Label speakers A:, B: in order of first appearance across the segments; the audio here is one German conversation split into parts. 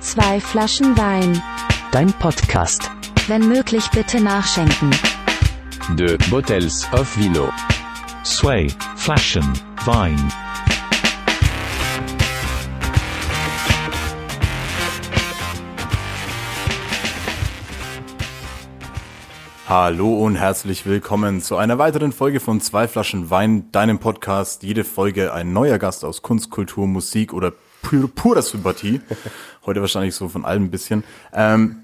A: Zwei Flaschen Wein.
B: Dein Podcast.
A: Wenn möglich bitte nachschenken.
C: Deux bottles of vino.
D: Sway, Flaschen, Wein.
E: Hallo und herzlich willkommen zu einer weiteren Folge von Zwei Flaschen Wein, deinem Podcast. Jede Folge ein neuer Gast aus Kunst, Kultur, Musik oder pur, purer Sympathie. Heute wahrscheinlich so von allem ein bisschen. Ähm,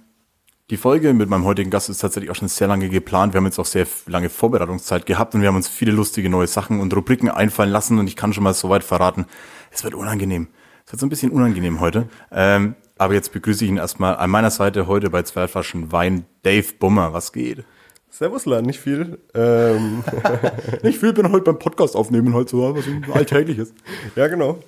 E: die Folge mit meinem heutigen Gast ist tatsächlich auch schon sehr lange geplant. Wir haben jetzt auch sehr lange Vorbereitungszeit gehabt und wir haben uns viele lustige neue Sachen und Rubriken einfallen lassen und ich kann schon mal so weit verraten, es wird unangenehm. Es wird so ein bisschen unangenehm heute. Ähm, aber jetzt begrüße ich ihn erstmal an meiner Seite heute bei zwei Flaschen Wein, Dave Bummer. Was geht?
F: Servus, Lan, nicht viel. Ähm,
E: Ich will, bin heute beim Podcast aufnehmen, heute so was Alltägliches.
F: ja, genau.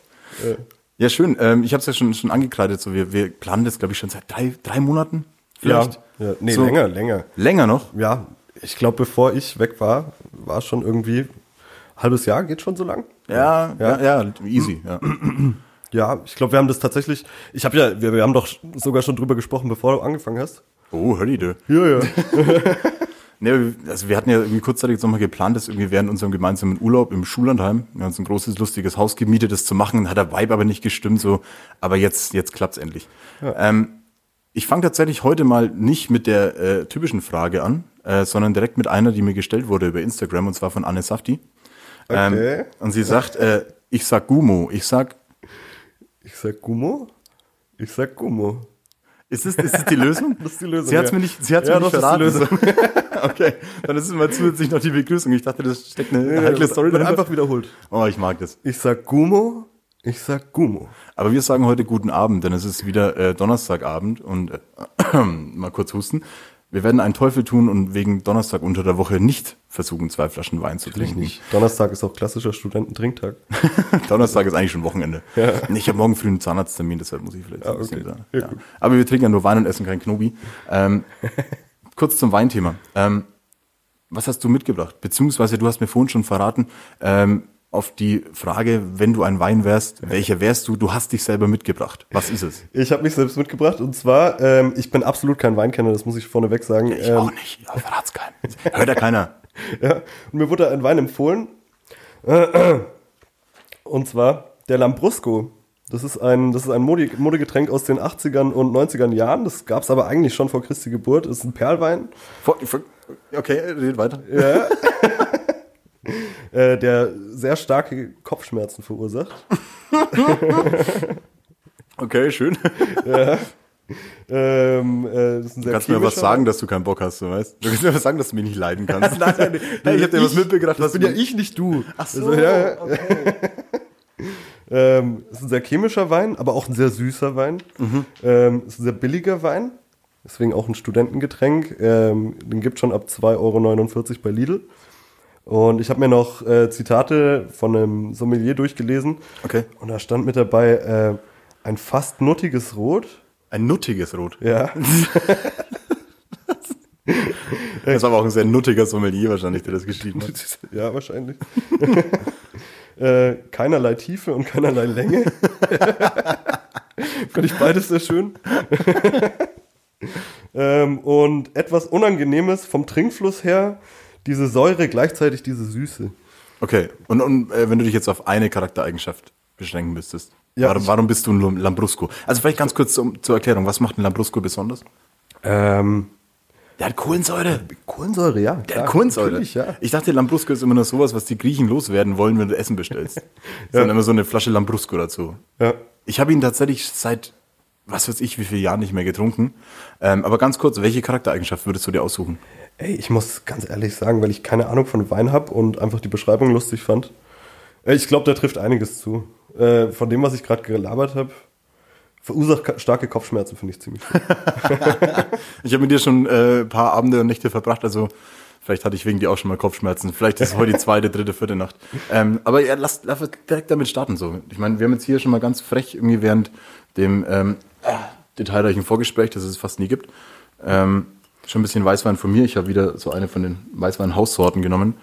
F: Äh,
E: Ja, schön. Ähm, ich habe es ja schon, schon angekreidet. So, wir, wir planen das, glaube ich, schon seit drei, drei Monaten. Vielleicht.
F: Ja, ja, nee,
E: So.
F: länger, länger.
E: Länger noch?
F: Ja, ich glaube, bevor ich weg war, war schon irgendwie halbes Jahr, geht schon so lang.
E: Ja, ja, ja, easy. Ja.
F: Ja, ich glaube, wir haben das tatsächlich. Ich habe ja, wir, wir haben doch sogar schon drüber gesprochen, bevor du angefangen hast.
E: Oh, Holiday.
F: Ja, ja.
E: Ne, also wir hatten ja irgendwie kurzzeitig jetzt nochmal geplant, das irgendwie während unserem gemeinsamen Urlaub im Schullandheim, wir haben uns ein großes, lustiges Haus gemietet, das zu machen, hat der Vibe aber nicht gestimmt, so, aber jetzt, jetzt klappt's endlich. Ähm, ich fange tatsächlich heute mal nicht mit der äh, typischen Frage an, äh, sondern direkt mit einer, die mir gestellt wurde über Instagram, und zwar von Anne Safti. Ähm,
F: Okay.
E: Und sie sagt, äh, ich sag Gumo, ich sag,
F: Ich sag Gummo. Ich sag Gummo.
E: ist das, ist das die Lösung?
F: Das ist die Lösung,
E: Sie hat's
F: ja.
E: mir nicht, sie hat's
F: Ja,
E: mir nicht
F: doch, das
E: verraten.
F: ist die
E: So. okay, dann ist es mal zusätzlich noch die Begrüßung. Ich dachte, das steckt eine heikle Story
F: Wird
E: dahinter.
F: einfach wiederholt.
E: Oh, ich mag das.
F: Ich sag Gummo. Ich sag Gummo.
E: Aber wir sagen heute guten Abend, denn es ist wieder äh, Donnerstagabend und äh, mal kurz husten. Wir werden einen Teufel tun und wegen Donnerstag unter der Woche nicht versuchen, zwei Flaschen Wein zu trinken.
F: Donnerstag ist auch klassischer Studententrinkstag.
E: Donnerstag ist eigentlich schon Wochenende. Nee, Ich habe morgen früh einen Zahnarzttermin, deshalb muss ich vielleicht ein
F: Ah,
E: bisschen
F: okay.
E: da-
F: Ja,
E: ja.
F: gut.
E: Aber wir trinken ja nur Wein und essen kein Knobi. Ähm, kurz zum Weinthema. Ähm, was hast du mitgebracht? Beziehungsweise du hast mir vorhin schon verraten, ähm, auf die Frage, wenn du ein Wein wärst, welcher wärst du? Du hast dich selber mitgebracht. Was ist es?
F: Ich habe mich selbst mitgebracht und zwar, ähm, ich bin absolut kein Weinkenner, das muss ich vorneweg sagen.
E: Ich
F: ähm,
E: auch nicht. Aber verrat's keinen. Hört ja keiner.
F: Ja, und mir wurde ein Wein empfohlen. Und zwar der Lambrusco. Das ist ein, das ist ein Mode, Modegetränk aus den 80ern und 90ern Jahren. Das gab es aber eigentlich schon vor Christi Geburt. Ist ein Perlwein.
E: Vor- vor- Okay, red weiter.
F: äh, der sehr starke Kopfschmerzen verursacht.
E: Okay, schön. Du
F: Ähm, äh, das ist ein sehr
E: kannst mir was
F: chemischer-
E: sagen, dass du keinen Bock hast, du weißt. Du kannst mir was sagen, dass du mich nicht leiden kannst. nein, nein,
F: Nein,
E: ich habe dir was mitgebracht,
F: Das
E: was
F: bin ja ich, nicht du.
E: Ach so,
F: Also, ja, ja. ähm, ist ein sehr chemischer Wein, aber auch ein sehr süßer Wein. Ähm, ist ein sehr billiger Wein. Deswegen auch ein Studentengetränk. Ähm, den gibt schon ab 2,49 Euro bei Lidl. Und ich habe mir noch äh, Zitate von einem Sommelier durchgelesen.
E: Okay.
F: Und da stand mit dabei äh, ein fast nuttiges Rot.
E: Ein nuttiges Rot.
F: Ja.
E: Das war aber auch ein sehr nuttiger Sommelier wahrscheinlich, der das geschrieben hat.
F: Ja, wahrscheinlich. äh, keinerlei Tiefe und keinerlei Länge. Finde ich beides sehr schön. ähm, und etwas Unangenehmes vom Trinkfluss her, diese Säure, gleichzeitig diese Süße.
E: Okay, und, und äh, wenn du dich jetzt auf eine Charaktereigenschaft beschränken müsstest,
F: Ja,
E: warum,
F: ich-
E: warum bist du ein Lam- Lambrusco? Also vielleicht ganz kurz zum, zur Erklärung, was macht ein Lambrusco besonders?
F: Ähm,
E: Der hat Kohlensäure.
F: Kohlensäure, ja.
E: Der hat Kohlensäure.
F: Natürlich, ja.
E: Ich dachte, Lambrusco ist immer nur sowas, was die Griechen loswerden wollen, wenn du Essen bestellst. Sondern immer so eine Flasche Lambrusco dazu.
F: ja.
E: Ich habe ihn tatsächlich seit, was weiß ich, wie vielen Jahren nicht mehr getrunken. Ähm, aber ganz kurz, welche Charaktereigenschaft würdest du dir aussuchen?
F: Ey, ich muss ganz ehrlich sagen, weil ich keine Ahnung von Wein habe und einfach die Beschreibung lustig fand. Äh, Ich glaube, da trifft einiges zu. Äh, Von dem, was ich gerade gelabert habe, verursacht ka- starke Kopfschmerzen, finde ich ziemlich. schlimm.
E: Ich habe mit dir schon äh, ein paar Abende und Nächte verbracht, also vielleicht hatte ich wegen dir auch schon mal Kopfschmerzen. Vielleicht ist es heute die zweite, dritte, vierte Nacht. Ähm, aber ja, lass, lass uns direkt damit starten. So, ich meine, wir haben jetzt hier schon mal ganz frech irgendwie während dem ähm, äh, detailreichen Vorgespräch, das es fast nie gibt, ähm, Schon ein bisschen Weißwein von mir. Ich habe wieder so eine von den Weißwein-Haussorten genommen.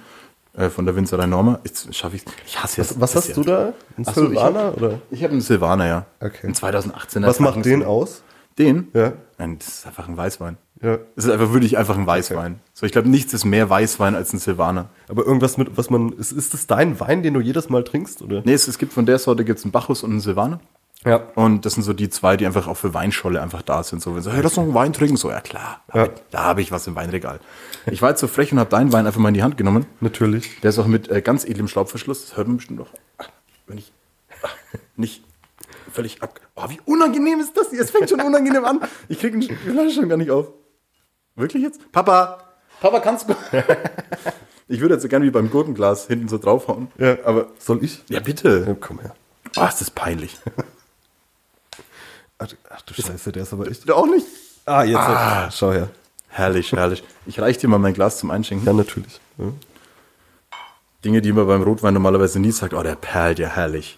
E: Äh, von der Winzerei Norma. Jetzt schaffe ich Ich hasse jetzt.
F: Was, was
E: das
F: hast
E: hier.
F: du da? Ein
E: Ach so, ich hab-
F: Silvaner? oder?
E: Ich habe einen Silvaner, ja.
F: Okay.
E: Ein 2018er.
F: Was macht den
E: auch?
F: aus?
E: Den?
F: Ja.
E: Nein, das ist einfach ein Weißwein.
F: Ja.
E: Es ist einfach wirklich einfach ein Weißwein. So, ich glaube, nichts ist mehr Weißwein als ein Silvaner.
F: Aber irgendwas mit, was man. Ist, ist das dein Wein, den du jedes Mal trinkst? Oder?
E: Nee, es, es gibt von der Sorte gibt's einen Bacchus und einen Silvaner.
F: Ja.
E: Und das sind so die zwei, die einfach auch für Weinscholle einfach da sind. So, wenn so, hey, lass noch einen Wein trinken. So, ja klar, hab
F: Ja.
E: Ich, da habe ich was im Weinregal. Ich war jetzt so frech und habe deinen Wein einfach mal in die Hand genommen.
F: Natürlich.
E: Der ist auch mit äh, ganz edlem Schraubverschluss. Das hört man bestimmt noch. Ah, Wenn ich ah, nicht völlig ab... Oh, wie unangenehm ist das hier? Es fängt schon unangenehm an. Ich kriege den Flasche schon gar nicht auf. Wirklich jetzt? Papa! Papa, kannst du... ich würde jetzt so gerne wie beim Gurkenglas hinten so draufhauen.
F: Ja.
E: Aber...
F: Soll ich?
E: Ja, bitte.
F: komm her.
E: Ah, ist das peinlich.
F: Ach, du- ach du Scheiße, der ist aber echt.
E: Du auch nicht?
F: Ah, jetzt. Schau her.
E: Herrlich, herrlich. Ich reiche dir mal mein Glas zum Einschenken.
F: Ja, natürlich. Ja.
E: Dinge, die man beim Rotwein normalerweise nie sagt, oh, der perlt ja herrlich.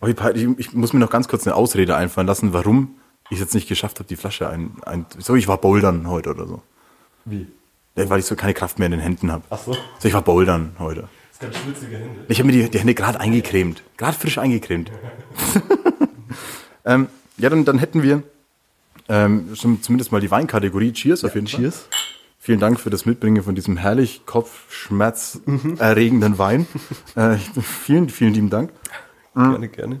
E: oh, die Perl- ich, ich muss mir noch ganz kurz eine Ausrede einfallen lassen, warum ich es jetzt nicht geschafft habe, die Flasche ein, ein. So, ich war bouldern heute oder so.
F: Wie?
E: Ja, Weil ich so keine Kraft mehr in den Händen habe.
F: Ach so.
E: so. Ich war bouldern heute.
F: Das ist ganz schwitzige Hände.
E: Ich habe mir die, die Hände gerade eingecremt. Gerade frisch eingecremt. ähm, ja, dann, dann hätten wir ähm, schon zumindest mal die Weinkategorie. Cheers auf jeden Fall.
F: Cheers.
E: Vielen Dank für das Mitbringen von diesem herrlich kopfschmerzerregenden Wein.
F: Mhm.
E: äh, vielen, vielen lieben Dank.
F: Gerne, gerne.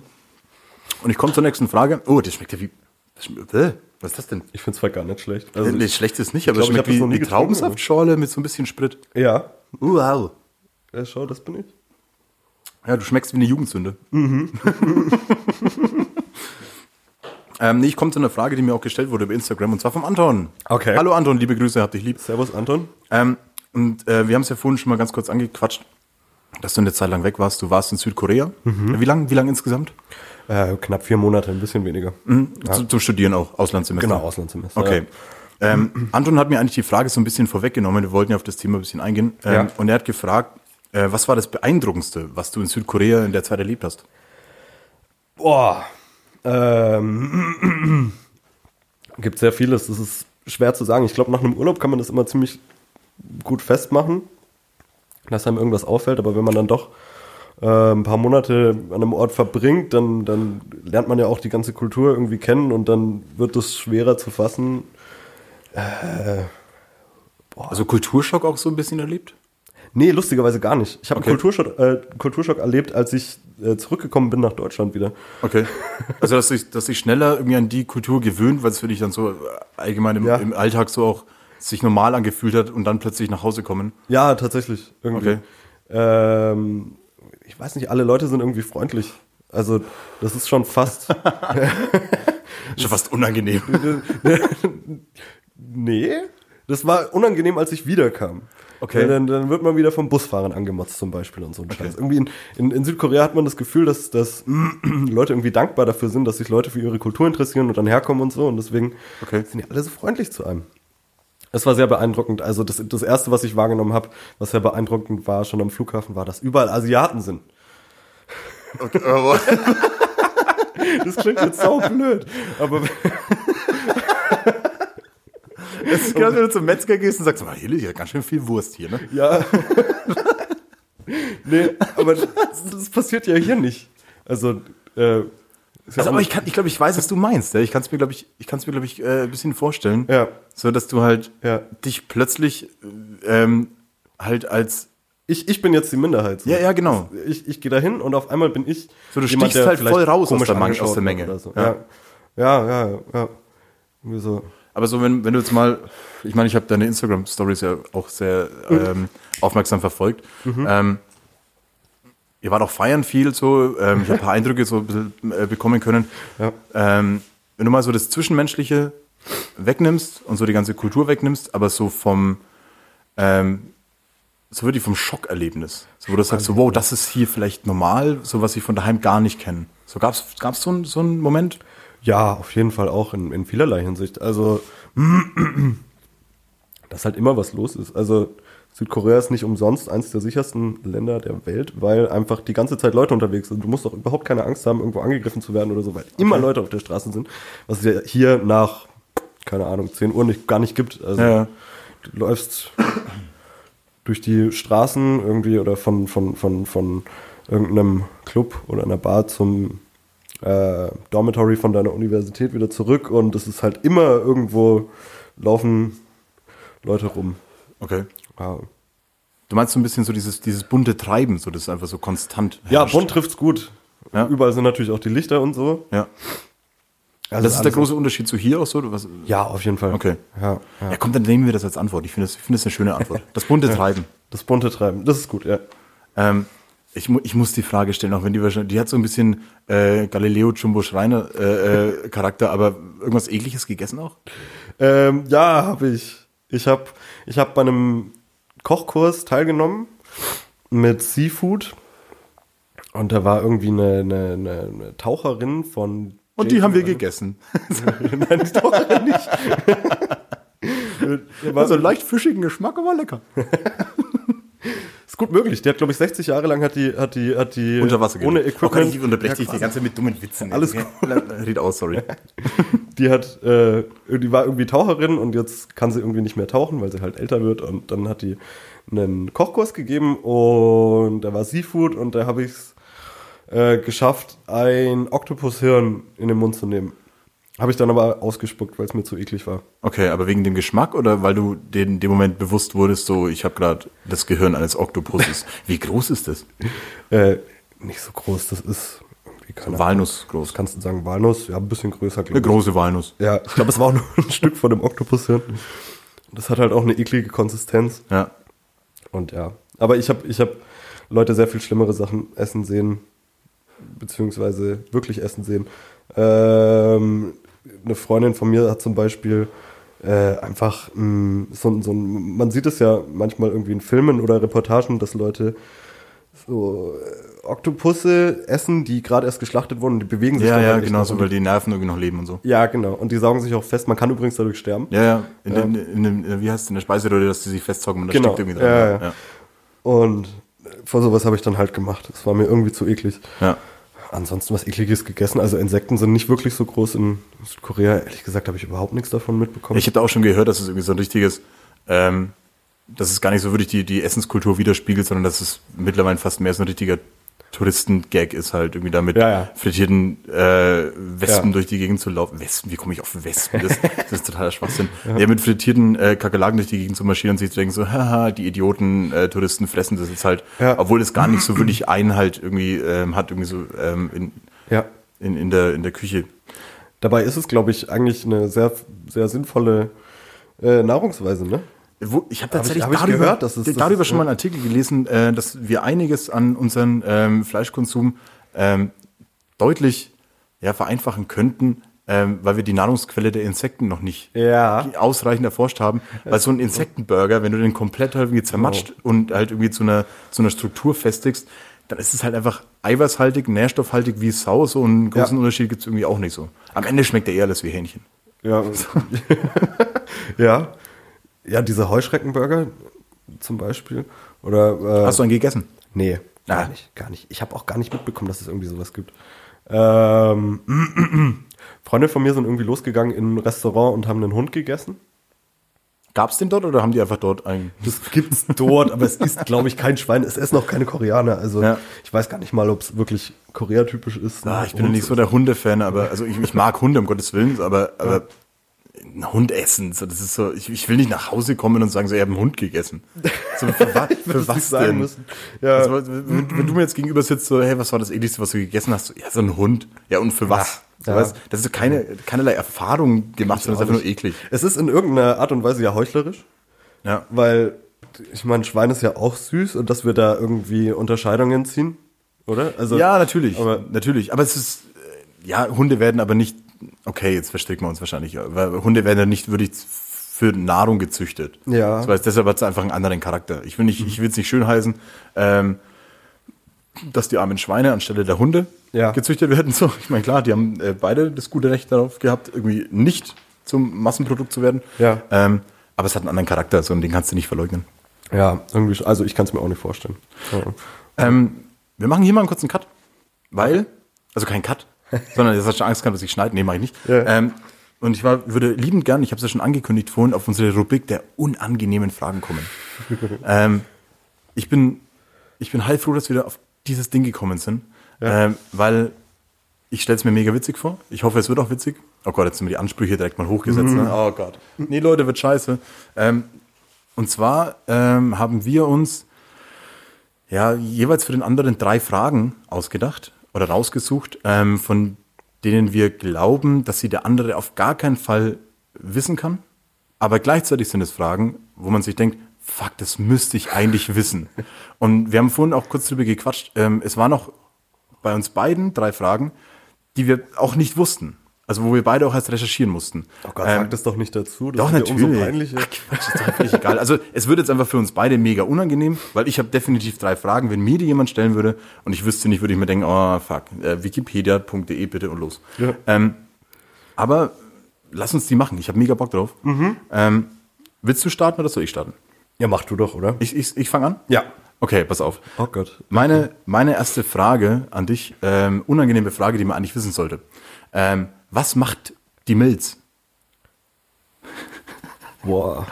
E: Und ich komme zur nächsten Frage. Oh, das schmeckt ja wie. Das schmeckt, äh, was ist das denn?
F: Ich finde zwar gar nicht schlecht.
E: Also,
F: Also,
E: nee, schlecht ist nicht, aber
F: glaub, ich hab
E: es
F: das noch
E: schmeckt
F: nie
E: wie, wie
F: getrunken,
E: Traubensaftschorle mit so ein bisschen Sprit.
F: ja.
E: Wow.
F: ja, schau, das bin ich.
E: Ja, du schmeckst wie eine Jugendsünde.
F: Mhm.
E: ähm, nee, ich komme zu einer Frage, die mir auch gestellt wurde über Instagram und zwar vom Anton.
F: Okay.
E: Hallo Anton, liebe Grüße, hab dich lieb.
F: Servus, Anton.
E: Ähm, und äh, wir haben es ja vorhin schon mal ganz kurz angequatscht, dass du eine Zeit lang weg warst. Du warst in Südkorea.
F: Mhm.
E: Wie lang? Wie lang insgesamt?
F: Äh, knapp vier Monate, ein bisschen weniger.
E: Zu, zum Studieren auch, Auslandssemester.
F: Genau, Auslandssemester,
E: Okay.
F: ja.
E: Ähm, Anton hat mir eigentlich die Frage so ein bisschen vorweggenommen. Wir wollten ja auf das Thema ein bisschen eingehen. Ähm,
F: Ja.
E: Und er hat gefragt, äh, was war das Beeindruckendste, was du in Südkorea in der Zeit erlebt hast?
F: Boah. Ähm, gibt sehr vieles. Das ist schwer zu sagen. Ich glaube, nach einem Urlaub kann man das immer ziemlich gut festmachen, dass einem irgendwas auffällt. Aber wenn man dann doch äh, ein paar Monate an einem Ort verbringt, dann, dann lernt man ja auch die ganze Kultur irgendwie kennen und dann wird es schwerer zu fassen.
E: Also Kulturschock auch so ein bisschen erlebt?
F: Nee, lustigerweise gar nicht. Ich habe
E: Okay.
F: einen Kulturschock, äh, Kulturschock erlebt, als ich äh, zurückgekommen bin nach Deutschland wieder.
E: Okay. Also, dass sich dass sich schneller irgendwie an die Kultur gewöhnt, weil es für dich dann so äh, allgemein im,
F: Ja.
E: im Alltag so auch sich normal angefühlt hat und dann plötzlich nach Hause kommen.
F: Ja, tatsächlich. Irgendwie.
E: Okay.
F: Ähm, ich weiß nicht, alle Leute sind irgendwie freundlich. Also, das ist schon fast.
E: Ist schon fast unangenehm.
F: nee. Das war unangenehm, als ich wiederkam.
E: Okay.
F: Weil Dann, dann wird man wieder vom Busfahrern angemotzt zum Beispiel und so ein Scheiß. Irgendwie in, in, in Südkorea hat man das Gefühl, dass, dass Leute irgendwie dankbar dafür sind, dass sich Leute für ihre Kultur interessieren und dann herkommen und so. Und deswegen
E: Okay.
F: sind die alle so freundlich zu einem. Es war sehr beeindruckend. Also das, das Erste, was ich wahrgenommen habe, was sehr beeindruckend war, schon am Flughafen, war, dass überall Asiaten sind. Das klingt jetzt so blöd. Aber
E: Das ist gerade, wenn du zum Metzger gehst und sagst, "Sag mal, hier liegt ja ganz schön viel Wurst hier, ne?
F: ja. nee, aber das, das passiert ja hier nicht. Also, äh, ist ja
E: Also,
F: auch-
E: aber ich kann, ich glaube, ich weiß, was du meinst. ja. Ich kann es mir, glaube ich, ich kann's mir, glaube ich, äh, ein bisschen vorstellen.
F: Ja.
E: So, dass du halt
F: Ja.
E: dich plötzlich äh, ähm, halt als
F: ich, ich bin jetzt die Minderheit. so.
E: Ja, ja, genau.
F: Ich, ich gehe da hin und auf einmal bin ich.
E: So, du stichst
F: der
E: halt
F: vielleicht
E: voll raus aus
F: komisch
E: der Mang-
F: angeschaut
E: aus der
F: wird
E: Menge.
F: oder So.
E: Ja.
F: Ja. Ja, ja, ja. Irgendwie so.
E: Aber so, wenn, wenn du jetzt mal, ich meine, ich habe deine Instagram-Stories ja auch sehr ähm, aufmerksam verfolgt. Ähm, ihr wart auch feiern viel, so, ähm, ich habe ein paar Eindrücke so ein bisschen, äh, bekommen können.
F: Ja.
E: Ähm, wenn du mal so das Zwischenmenschliche wegnimmst und so die ganze Kultur wegnimmst, aber so vom, ähm, so wirklich vom Schockerlebnis, so, wo du sagst, so, wow, das ist hier vielleicht normal, so was ich von daheim gar nicht kenne. So gab's gab's so, einen- so einen Moment?
F: Ja, auf jeden Fall auch in, in vielerlei Hinsicht. Also, dass halt immer was los ist. Also, Südkorea ist nicht umsonst eines der sichersten Länder der Welt, weil einfach die ganze Zeit Leute unterwegs sind. Du musst doch überhaupt keine Angst haben, irgendwo angegriffen zu werden oder so, weil immer Leute auf der Straße sind. Was ja hier nach keine Ahnung, 10 Uhr nicht, gar nicht gibt. Also
E: Ja.
F: du läufst durch die Straßen irgendwie oder von, von, von, von irgendeinem Club oder einer Bar zum äh, Dormitory von deiner Universität wieder zurück und es ist halt immer irgendwo laufen Leute rum.
E: Okay.
F: Wow.
E: Du meinst so ein bisschen so dieses, dieses bunte Treiben, so das ist einfach so konstant.
F: Ja,
E: herrscht.
F: bunt trifft's gut.
E: Ja.
F: Überall sind natürlich auch die Lichter und so.
E: Ja.
F: Also
E: Das ist der
F: alles-
E: große Unterschied zu hier auch so. du Was,
F: Ja, auf jeden Fall.
E: Okay.
F: Ja,
E: ja.
F: ja.
E: komm, dann nehmen wir das als Antwort. Ich finde das, ich finde das eine schöne Antwort. Das bunte Treiben.
F: Das bunte Treiben, das ist gut, ja.
E: Ähm, ich, mu ich muss die Frage stellen, auch wenn die wahrscheinlich, die hat so ein bisschen äh, Galileo Jumbo Schreiner äh, äh, Charakter, aber irgendwas ekliges gegessen auch?
F: Ähm, ja, habe ich. Ich habe ich hab bei einem Kochkurs teilgenommen mit Seafood. Und da war irgendwie eine, eine, eine, eine Taucherin von.
E: Und die haben wir
F: JP
E: gegessen.
F: Nein, die Taucherin nicht.
E: Also leicht fischigen Geschmack, aber lecker.
F: ist gut möglich. Die hat, glaube ich, 60 Jahre lang hat die, hat die, hat die
E: Unter Wasser
F: ohne
E: gelebt. Oh Gott,
F: Equipment.
E: ich unterbreche dich
F: Ja,
E: die ganze Zeit mit dummen Witzen.
F: Alles
E: gut. Red aus, sorry.
F: die hat, äh, die war irgendwie Taucherin und jetzt kann sie irgendwie nicht mehr tauchen, weil sie halt älter wird und dann hat die einen Kochkurs gegeben und da war Seafood und da habe ich es äh, geschafft, ein Oktopushirn in den Mund zu nehmen. Habe ich dann aber ausgespuckt, weil es mir zu eklig war.
E: Okay, aber wegen dem Geschmack oder weil du dir in dem Moment bewusst wurdest, so ich habe gerade das Gehirn eines Oktopuses. Wie groß ist das?
F: Äh, nicht so groß, das ist irgendwie keine Ahnung.
E: Walnuss groß.
F: Was kannst du sagen? Walnuss? Ja, ein bisschen größer, glaube
E: Eine große Walnuss.
F: Ja, ich glaube, es war auch nur ein Stück von dem Oktopushirn. Das hat halt auch eine eklige Konsistenz.
E: Ja.
F: Und ja. Aber ich habe ich hab Leute sehr viel schlimmere Sachen essen sehen, beziehungsweise wirklich essen sehen. Ähm, eine Freundin von mir hat zum Beispiel äh, einfach mh, so, ein- so ein, man sieht es ja manchmal irgendwie in Filmen oder Reportagen, dass Leute so äh, Oktopusse essen, die gerade erst geschlachtet wurden und die bewegen sich
E: Ja,
F: dann
E: ja,
F: halt echt
E: genau
F: noch.
E: so, weil die Nerven irgendwie noch leben und so.
F: Ja, genau. Und die saugen sich auch fest. Man kann übrigens dadurch sterben.
E: Ja, ja. In, den, in, dem, wie heißt es in der Speiseröhre, dass die sich festzocken und das
F: Genau.
E: steckt irgendwie
F: Ja,
E: dran.
F: ja. Und äh, vor sowas habe ich dann halt gemacht. Es war mir irgendwie zu eklig.
E: Ja.
F: Ansonsten was ekliges gegessen. Also Insekten sind nicht wirklich so groß in Südkorea. Ehrlich gesagt habe ich überhaupt nichts davon mitbekommen.
E: Ich habe da auch schon gehört, dass es irgendwie so ein richtiges, ähm, dass es gar nicht so wirklich die, die Essenskultur widerspiegelt, sondern dass es mittlerweile fast mehr so ein richtiger Touristen-Gag ist, halt irgendwie damit
F: Ja, ja.
E: frittierten äh, Wespen
F: Ja.
E: durch die Gegend zu laufen. Wespen, wie komme ich auf Wespen? Das, das ist totaler Schwachsinn. Ja. mit frittierten äh, Kakerlaken durch die Gegend zu marschieren und sich zu denken, so, haha, die Idioten, äh, Touristen fressen das jetzt halt,
F: Ja.
E: obwohl es gar nicht so wirklich Einhalt irgendwie ähm, hat, irgendwie so ähm, in,
F: ja.
E: in, in, der, in der Küche.
F: Dabei ist es, glaube ich, eigentlich eine sehr, sehr sinnvolle äh, Nahrungsweise, ne?
E: Wo, ich habe
F: Hab ich-
E: tatsächlich
F: hab ich
E: darüber,
F: gehört, dass es- dass
E: darüber
F: es-
E: schon mal einen Artikel gelesen, äh, dass wir einiges an unseren ähm, Fleischkonsum ähm, deutlich ja, vereinfachen könnten, ähm, weil wir die Nahrungsquelle der Insekten noch nicht
F: Ja. Also,
E: ausreichend erforscht haben. Weil so ein Insektenburger, wenn du den komplett halt irgendwie zermatscht
F: genau.
E: und halt irgendwie zu einer, zu einer Struktur festigst, dann ist es halt einfach eiweißhaltig, nährstoffhaltig wie Sau. So einen großen
F: Ja.
E: Unterschied gibt's irgendwie auch nicht so. Am Ende schmeckt der eher alles wie Hähnchen.
F: Ja. ja. Ja, diese Heuschreckenburger zum Beispiel. Oder, äh,
E: Hast du einen gegessen?
F: Nee, gar
E: Ah.
F: nicht, gar nicht. Ich habe auch gar nicht mitbekommen, dass es irgendwie sowas gibt. Ähm, Freunde von mir sind irgendwie losgegangen in ein Restaurant und haben einen Hund gegessen.
E: Gab's den dort oder haben die einfach dort einen?
F: Das gibt's dort, aber es ist, glaube ich, kein Schwein. Es essen auch keine Koreaner. Also
E: Ja.
F: ich weiß gar nicht mal, ob es wirklich koreatypisch ist.
E: Ah, ich bin ja nicht so der Hundefan, aber also ich, ich mag Hunde, um Gottes Willen, aber, aber ein Hund essen, so, das ist so, ich, ich will nicht nach Hause kommen und sagen, so, ich habe einen Hund gegessen. So, für, wa, für was denn?
F: Ja,
E: Also, wenn, wenn du mir jetzt gegenüber sitzt, so, hey, was war das ekligste, was du gegessen hast? So, ja, so ein Hund. Ja, und für was?
F: Ja.
E: So, weißt, das ist so keine, keinerlei Erfahrung gemacht, sondern es ist einfach nur
F: nicht.
E: eklig.
F: es ist in irgendeiner Art und Weise ja heuchlerisch.
E: Ja.
F: Weil, ich meine, Schwein ist ja auch süß und dass wir da irgendwie Unterscheidungen ziehen, oder? Also,
E: Ja, natürlich.
F: aber-
E: natürlich. Aber es ist, äh, ja, Hunde werden aber nicht, okay, jetzt verstecken wir uns wahrscheinlich, weil Hunde werden ja nicht wirklich für Nahrung gezüchtet.
F: Ja. Mhm.
E: Das heißt, deshalb hat es einfach einen anderen Charakter. Ich will nicht, ich will es nicht schön heißen, ähm, dass die armen Schweine anstelle der Hunde
F: Ja.
E: gezüchtet werden. So, ich meine, klar, die haben äh, beide das gute Recht darauf gehabt, irgendwie nicht zum Massenprodukt zu werden.
F: Ja.
E: Ähm, aber es hat einen anderen Charakter, so und den kannst du nicht verleugnen.
F: Ja, irgendwie, sch- also ich kann es mir auch nicht vorstellen. Ja.
E: Ähm, wir machen hier mal einen kurzen Cut, weil, also kein Cut, sondern jetzt hast du schon Angst gehabt, dass ich schneide. Nee, mache ich nicht.
F: Ja.
E: Ähm, Und ich war, würde liebend gern, ich habe es ja schon angekündigt vorhin, auf unsere Rubrik der unangenehmen Fragen kommen. ähm, ich bin, ich bin halb froh, dass wir da auf dieses Ding gekommen sind, ähm, weil ich stelle es mir mega witzig vor. Ich hoffe, es wird auch witzig. Oh Gott, jetzt sind mir die Ansprüche direkt mal hochgesetzt. Ne? Oh Gott. Nee, Leute, wird scheiße. Ähm, und zwar ähm, haben wir uns ja jeweils für den anderen drei Fragen ausgedacht oder rausgesucht, ähm, von denen wir glauben, dass sie der andere auf gar keinen Fall wissen kann. Aber gleichzeitig sind es Fragen, wo man sich denkt, fuck, das müsste ich eigentlich wissen. Und wir haben vorhin auch kurz drüber gequatscht. Ähm, es waren auch bei uns beiden drei Fragen, die wir auch nicht wussten. Also wo wir beide auch erst recherchieren mussten.
F: Oh Gott,
E: Ähm,
F: sag das doch nicht dazu. Das
E: doch,
F: wird ja
E: natürlich.
F: Umso peinlicher.
E: Ach, Quatsch, ist doch völlig egal. Also, es wird jetzt einfach für uns beide mega unangenehm, weil ich habe definitiv drei Fragen. Wenn mir die jemand stellen würde und ich wüsste nicht, würde ich mir denken, oh, fuck, äh, wikipedia.de bitte und los.
F: Ja.
E: Ähm, aber lass uns die machen. Ich habe mega Bock drauf. Ähm, willst du starten oder soll ich starten?
F: Ja, mach du doch, oder?
E: Ich, ich, ich fange an?
F: ja.
E: Okay, pass auf.
F: Oh Gott.
E: Meine, meine erste Frage an dich, ähm, unangenehme Frage, die man eigentlich wissen sollte. Ähm, was macht die Milz?
F: Boah.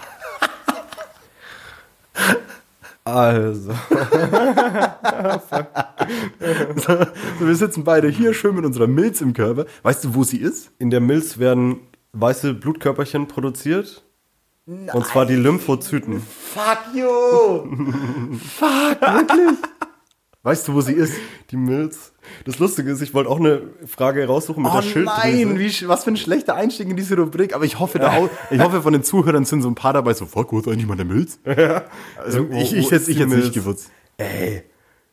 F: Also.
E: So, Wir sitzen beide hier schön mit unserer Milz im Körper. Weißt du, wo sie ist?
F: In der Milz werden weiße Blutkörperchen produziert. Und zwar die Lymphozyten.
E: Fuck you! Fuck, wirklich? Weißt du, wo sie ist?
F: Die Milz. Das Lustige ist, ich wollte auch eine Frage raussuchen mit der Schilddrüse.
E: Oh wie, sch- was für ein schlechter Einstieg in diese Rubrik. Aber ich hoffe, da au- ich hoffe, von den Zuhörern sind so ein paar dabei, so, fuck, wo ist eigentlich meine Milz? Also,
F: Wo-
E: ich,
F: wo
E: ich,
F: ist
E: hätte ich
F: die
E: jetzt nicht
F: Milz?
E: gewusst. Mhm. Ey.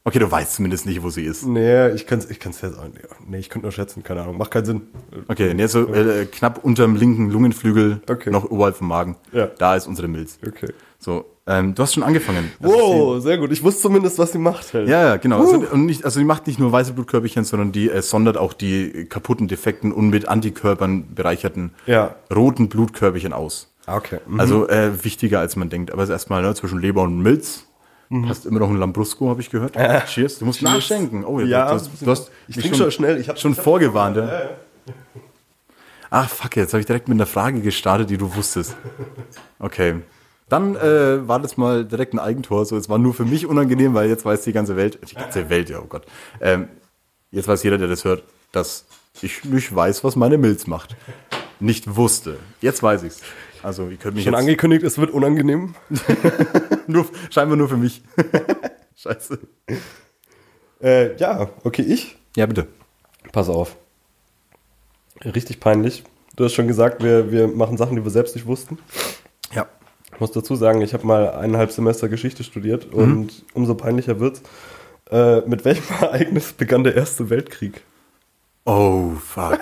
E: Okay, du weißt zumindest nicht, wo sie ist.
F: Nee, ich kann's, ich kann's jetzt auch, nee, ich könnte nur schätzen, keine Ahnung, macht keinen Sinn.
E: Okay, nee, so äh, knapp unterm linken Lungenflügel,
F: Okay.
E: noch oberhalb vom Magen.
F: Ja.
E: Da ist unsere Milz.
F: Okay.
E: So, ähm, du hast schon angefangen. Das ist die-
F: Wow, sehr gut. Also Ich wusste zumindest, was sie macht. Halt.
E: Ja, ja, genau. Also, und nicht, also die macht nicht nur weiße Blutkörperchen, sondern die äh, sondert auch die kaputten, defekten und mit Antikörpern bereicherten
F: Ja.
E: roten Blutkörperchen aus.
F: Ah, Okay.
E: Also äh, wichtiger, als man denkt. Aber es ist erstmal ne, zwischen Leber und Milz.
F: Mhm.
E: Hast immer noch ein Lambrusco, habe ich gehört. Cheers. Du musst nachschenken. Oh,
F: Ja.
E: du hast, du hast
F: Ich
E: mich
F: trinke schon schnell. Ich hab-
E: schon
F: ich hab-
E: vorgewarnt. Ja. Ach, fuck, jetzt habe ich direkt mit einer Frage gestartet, die du wusstest. Okay. Dann äh, war das mal direkt ein Eigentor. So, es war nur für mich unangenehm, weil jetzt weiß die ganze Welt, die ganze Welt, ja, oh Gott. Ähm, jetzt weiß jeder, der das hört, dass ich nicht weiß, was meine Milz macht. Nicht wusste. Jetzt weiß ich's. Also, ihr könnt mich
F: Schon
E: jetzt
F: angekündigt, es wird unangenehm.
E: nur, scheinbar nur für mich. Scheiße.
F: Äh, ja, okay, ich.
E: Ja, bitte.
F: Pass auf. Richtig peinlich. Du hast schon gesagt, wir, wir machen Sachen, die wir selbst nicht wussten.
E: Ja.
F: Ich muss dazu sagen, ich habe mal eineinhalb Semester Geschichte studiert und umso peinlicher wird's. Äh, mit welchem Ereignis begann der Erste Weltkrieg?
E: Oh, fuck.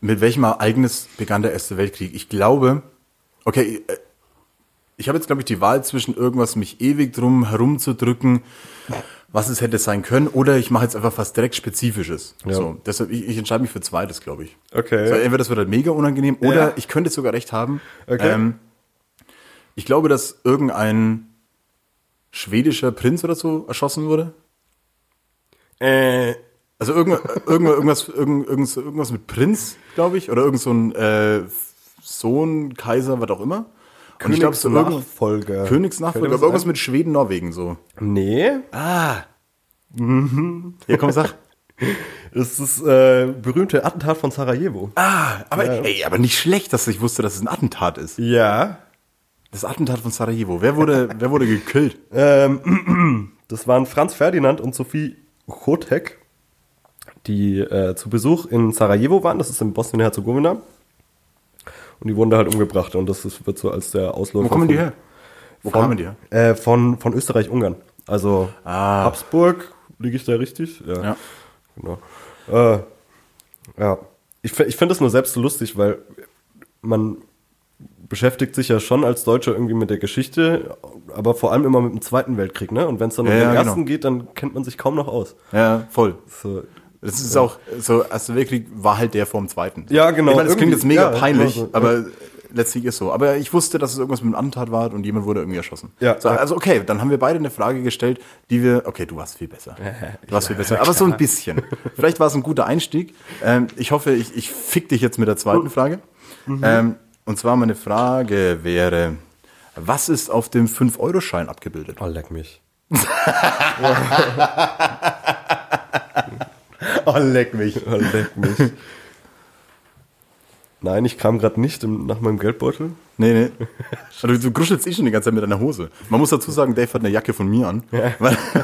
E: Mit welchem Ereignis begann der Erste Weltkrieg? Ich glaube, okay, äh, ich habe jetzt, glaube ich, die Wahl zwischen irgendwas mich ewig drum herumzudrücken, was es hätte sein können, oder ich mache jetzt einfach was direkt Spezifisches. So, deshalb, ich, ich entscheide mich für zweites, glaube ich.
F: Okay.
E: So, entweder das wird halt mega unangenehm,
F: Äh. Ja.
E: oder ich könnte sogar recht haben. Ähm,
F: Okay.
E: ich glaube, dass irgendein schwedischer Prinz oder so erschossen wurde.
F: Äh,
E: Also irgend, irgend, irgendwas, irgend, irgend, irgendwas mit Prinz, glaube ich, oder irgend so ein äh, Sohn, Kaiser, was auch immer. Und ich glaube, so irgend-
F: Königsnachfolger.
E: Königsnachfolger,
F: Könnte
E: aber
F: das
E: irgendwas mit Schweden, Norwegen so.
F: Nee,
E: Ah. Ja, komm, sag.
F: das ist äh, berühmte Attentat von Sarajevo.
E: Ah, aber, ey, aber nicht schlecht, dass ich wusste, dass es ein Attentat ist.
F: Ja.
E: Das Attentat von Sarajevo. Wer wurde, wer wurde gekillt?
F: Ähm, das waren Franz Ferdinand und Sophie Chotek, die äh, zu Besuch in Sarajevo waren, das ist in Bosnien-Herzegowina. Und die wurden da halt umgebracht und das ist, wird so als der Ausläufer.
E: Wo kommen die
F: von-
E: her? Wo
F: Von,
E: kamen die her?
F: Äh, von, von Österreich-Ungarn. Also
E: Ah.
F: Habsburg, liege ich da richtig?
E: Ja.
F: Genau. Äh, ja. Ich, fi- ich finde das nur selbst so lustig, weil man beschäftigt sich ja schon als Deutscher irgendwie mit der Geschichte, aber vor allem immer mit dem Zweiten Weltkrieg, ne? Und wenn es dann um
E: Ja,
F: den
E: ja,
F: Ersten
E: genau.
F: geht, dann kennt man sich kaum noch aus.
E: Ja, voll.
F: So.
E: Das ist auch, so, Erster Weltkrieg also war halt der vorm Zweiten.
F: Ja, genau.
E: Ich meine, das klingt jetzt
F: Irgendwie,
E: mega
F: ja,
E: peinlich,
F: genau so.
E: aber letztlich ist so. Aber ich wusste, dass es irgendwas mit einem Antat war und jemand wurde irgendwie erschossen.
F: Ja.
E: so, also okay, dann haben wir beide eine Frage gestellt, die wir, okay, du warst viel besser. Du warst viel besser, aber so ein bisschen. Vielleicht war es ein guter Einstieg. Ähm, ich hoffe, ich, ich fick dich jetzt mit der
F: Mhm.
E: zweiten Frage. Ähm, und zwar meine Frage wäre, was ist auf dem 5-Euro-Schein abgebildet?
G: Oh, leck mich.
E: Oh, leck mich.
F: Leck mich. Nein, ich kam gerade nicht im, nach meinem Geldbeutel.
E: Nee, nee. Du, du gruschelst eh schon die ganze Zeit mit deiner Hose. Man muss dazu sagen, Dave hat eine Jacke von mir an, weil,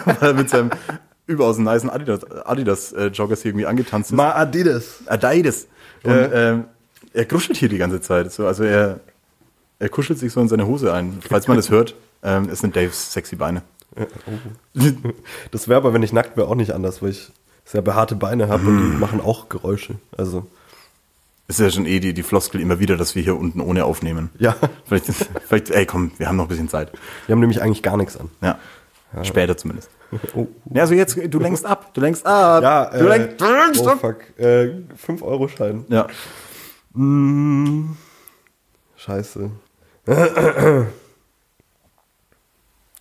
E: weil er mit seinem überaus niceen Adidas, Adidas äh, Joggers hier irgendwie angetanzt ist.
F: Ma Adidas.
E: Adidas. Und ähm, er gruschelt hier die ganze Zeit. So, also er, er kuschelt sich so in seine Hose ein. Falls man das hört, ähm, es sind Daves sexy Beine.
F: Das wäre aber, wenn ich nackt wäre, auch nicht anders, weil ich sehr behaarte Beine habe und die machen auch Geräusche. Also,
E: Ist ja schon eh die, die Floskel immer wieder, dass wir hier unten ohne aufnehmen.
F: ja.
E: Vielleicht, vielleicht, ey komm, wir haben noch ein bisschen Zeit.
F: Die haben nämlich eigentlich gar nichts an.
E: Ja. Später zumindest. Ja, also jetzt, du lenkst ab, du lenkst ab.
F: Ja,
E: du lenkst, du lenkst
F: oh
E: ab.
F: fuck, äh, 5-Euro-Schein.
E: Ja.
F: Mm, scheiße.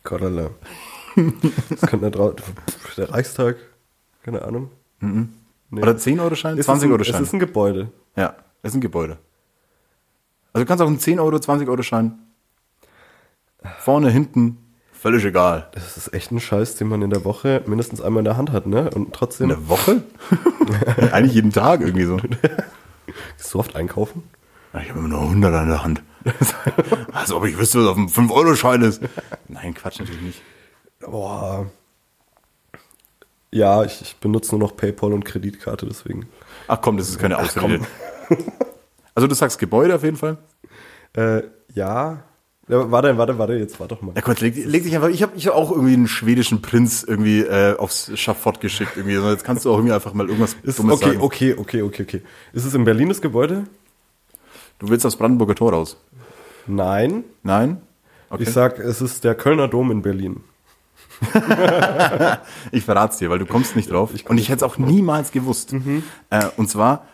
F: Godala. Das könnte da drau- Pff, der Reichstag, keine Ahnung. Nee.
E: Oder 10-Euro-Schein,
F: Es ist ein-
E: 20-Euro-Schein.
F: Es ist ein Gebäude.
E: ja, es ist ein Gebäude. Also du kannst auch einen 10-Euro, 20-Euro-Schein. Vorne, hinten, völlig egal.
F: Das ist echt ein Scheiß, den man in der Woche mindestens einmal in der Hand hat, ne? Und trotzdem
E: In der Woche? Eigentlich jeden Tag irgendwie so.
F: so oft einkaufen.
E: Ich habe immer nur 100 an der Hand. Als ob ich wüsste, was auf dem 5-Euro-Schein ist. Nein, Quatsch natürlich nicht.
F: Boah. Ja, ich, ich benutze nur noch PayPal und Kreditkarte, deswegen.
E: Ach komm, das ist keine Ausrede. Also du sagst Gebäude auf jeden Fall.
F: Äh, ja. ja. Warte, warte, warte, jetzt warte doch mal.
E: Ja, Gott, leg, leg dich einfach. Ich habe ich hab auch irgendwie einen schwedischen Prinz irgendwie äh, aufs Schafott geschickt. Irgendwie. So, Jetzt kannst du auch irgendwie einfach mal irgendwas
F: Ist,
E: Dummes
F: okay,
E: sagen.
F: okay, okay, okay, okay. Ist es in Berlin das Gebäude?
E: Du willst aufs Brandenburger Tor raus?
F: Nein.
E: Nein? Okay.
F: Ich sag, es ist der Kölner Dom in Berlin.
E: Ich verrat's dir, weil du kommst nicht drauf. und ich hätte es auch niemals gewusst.
F: Mhm.
E: Äh, und zwar,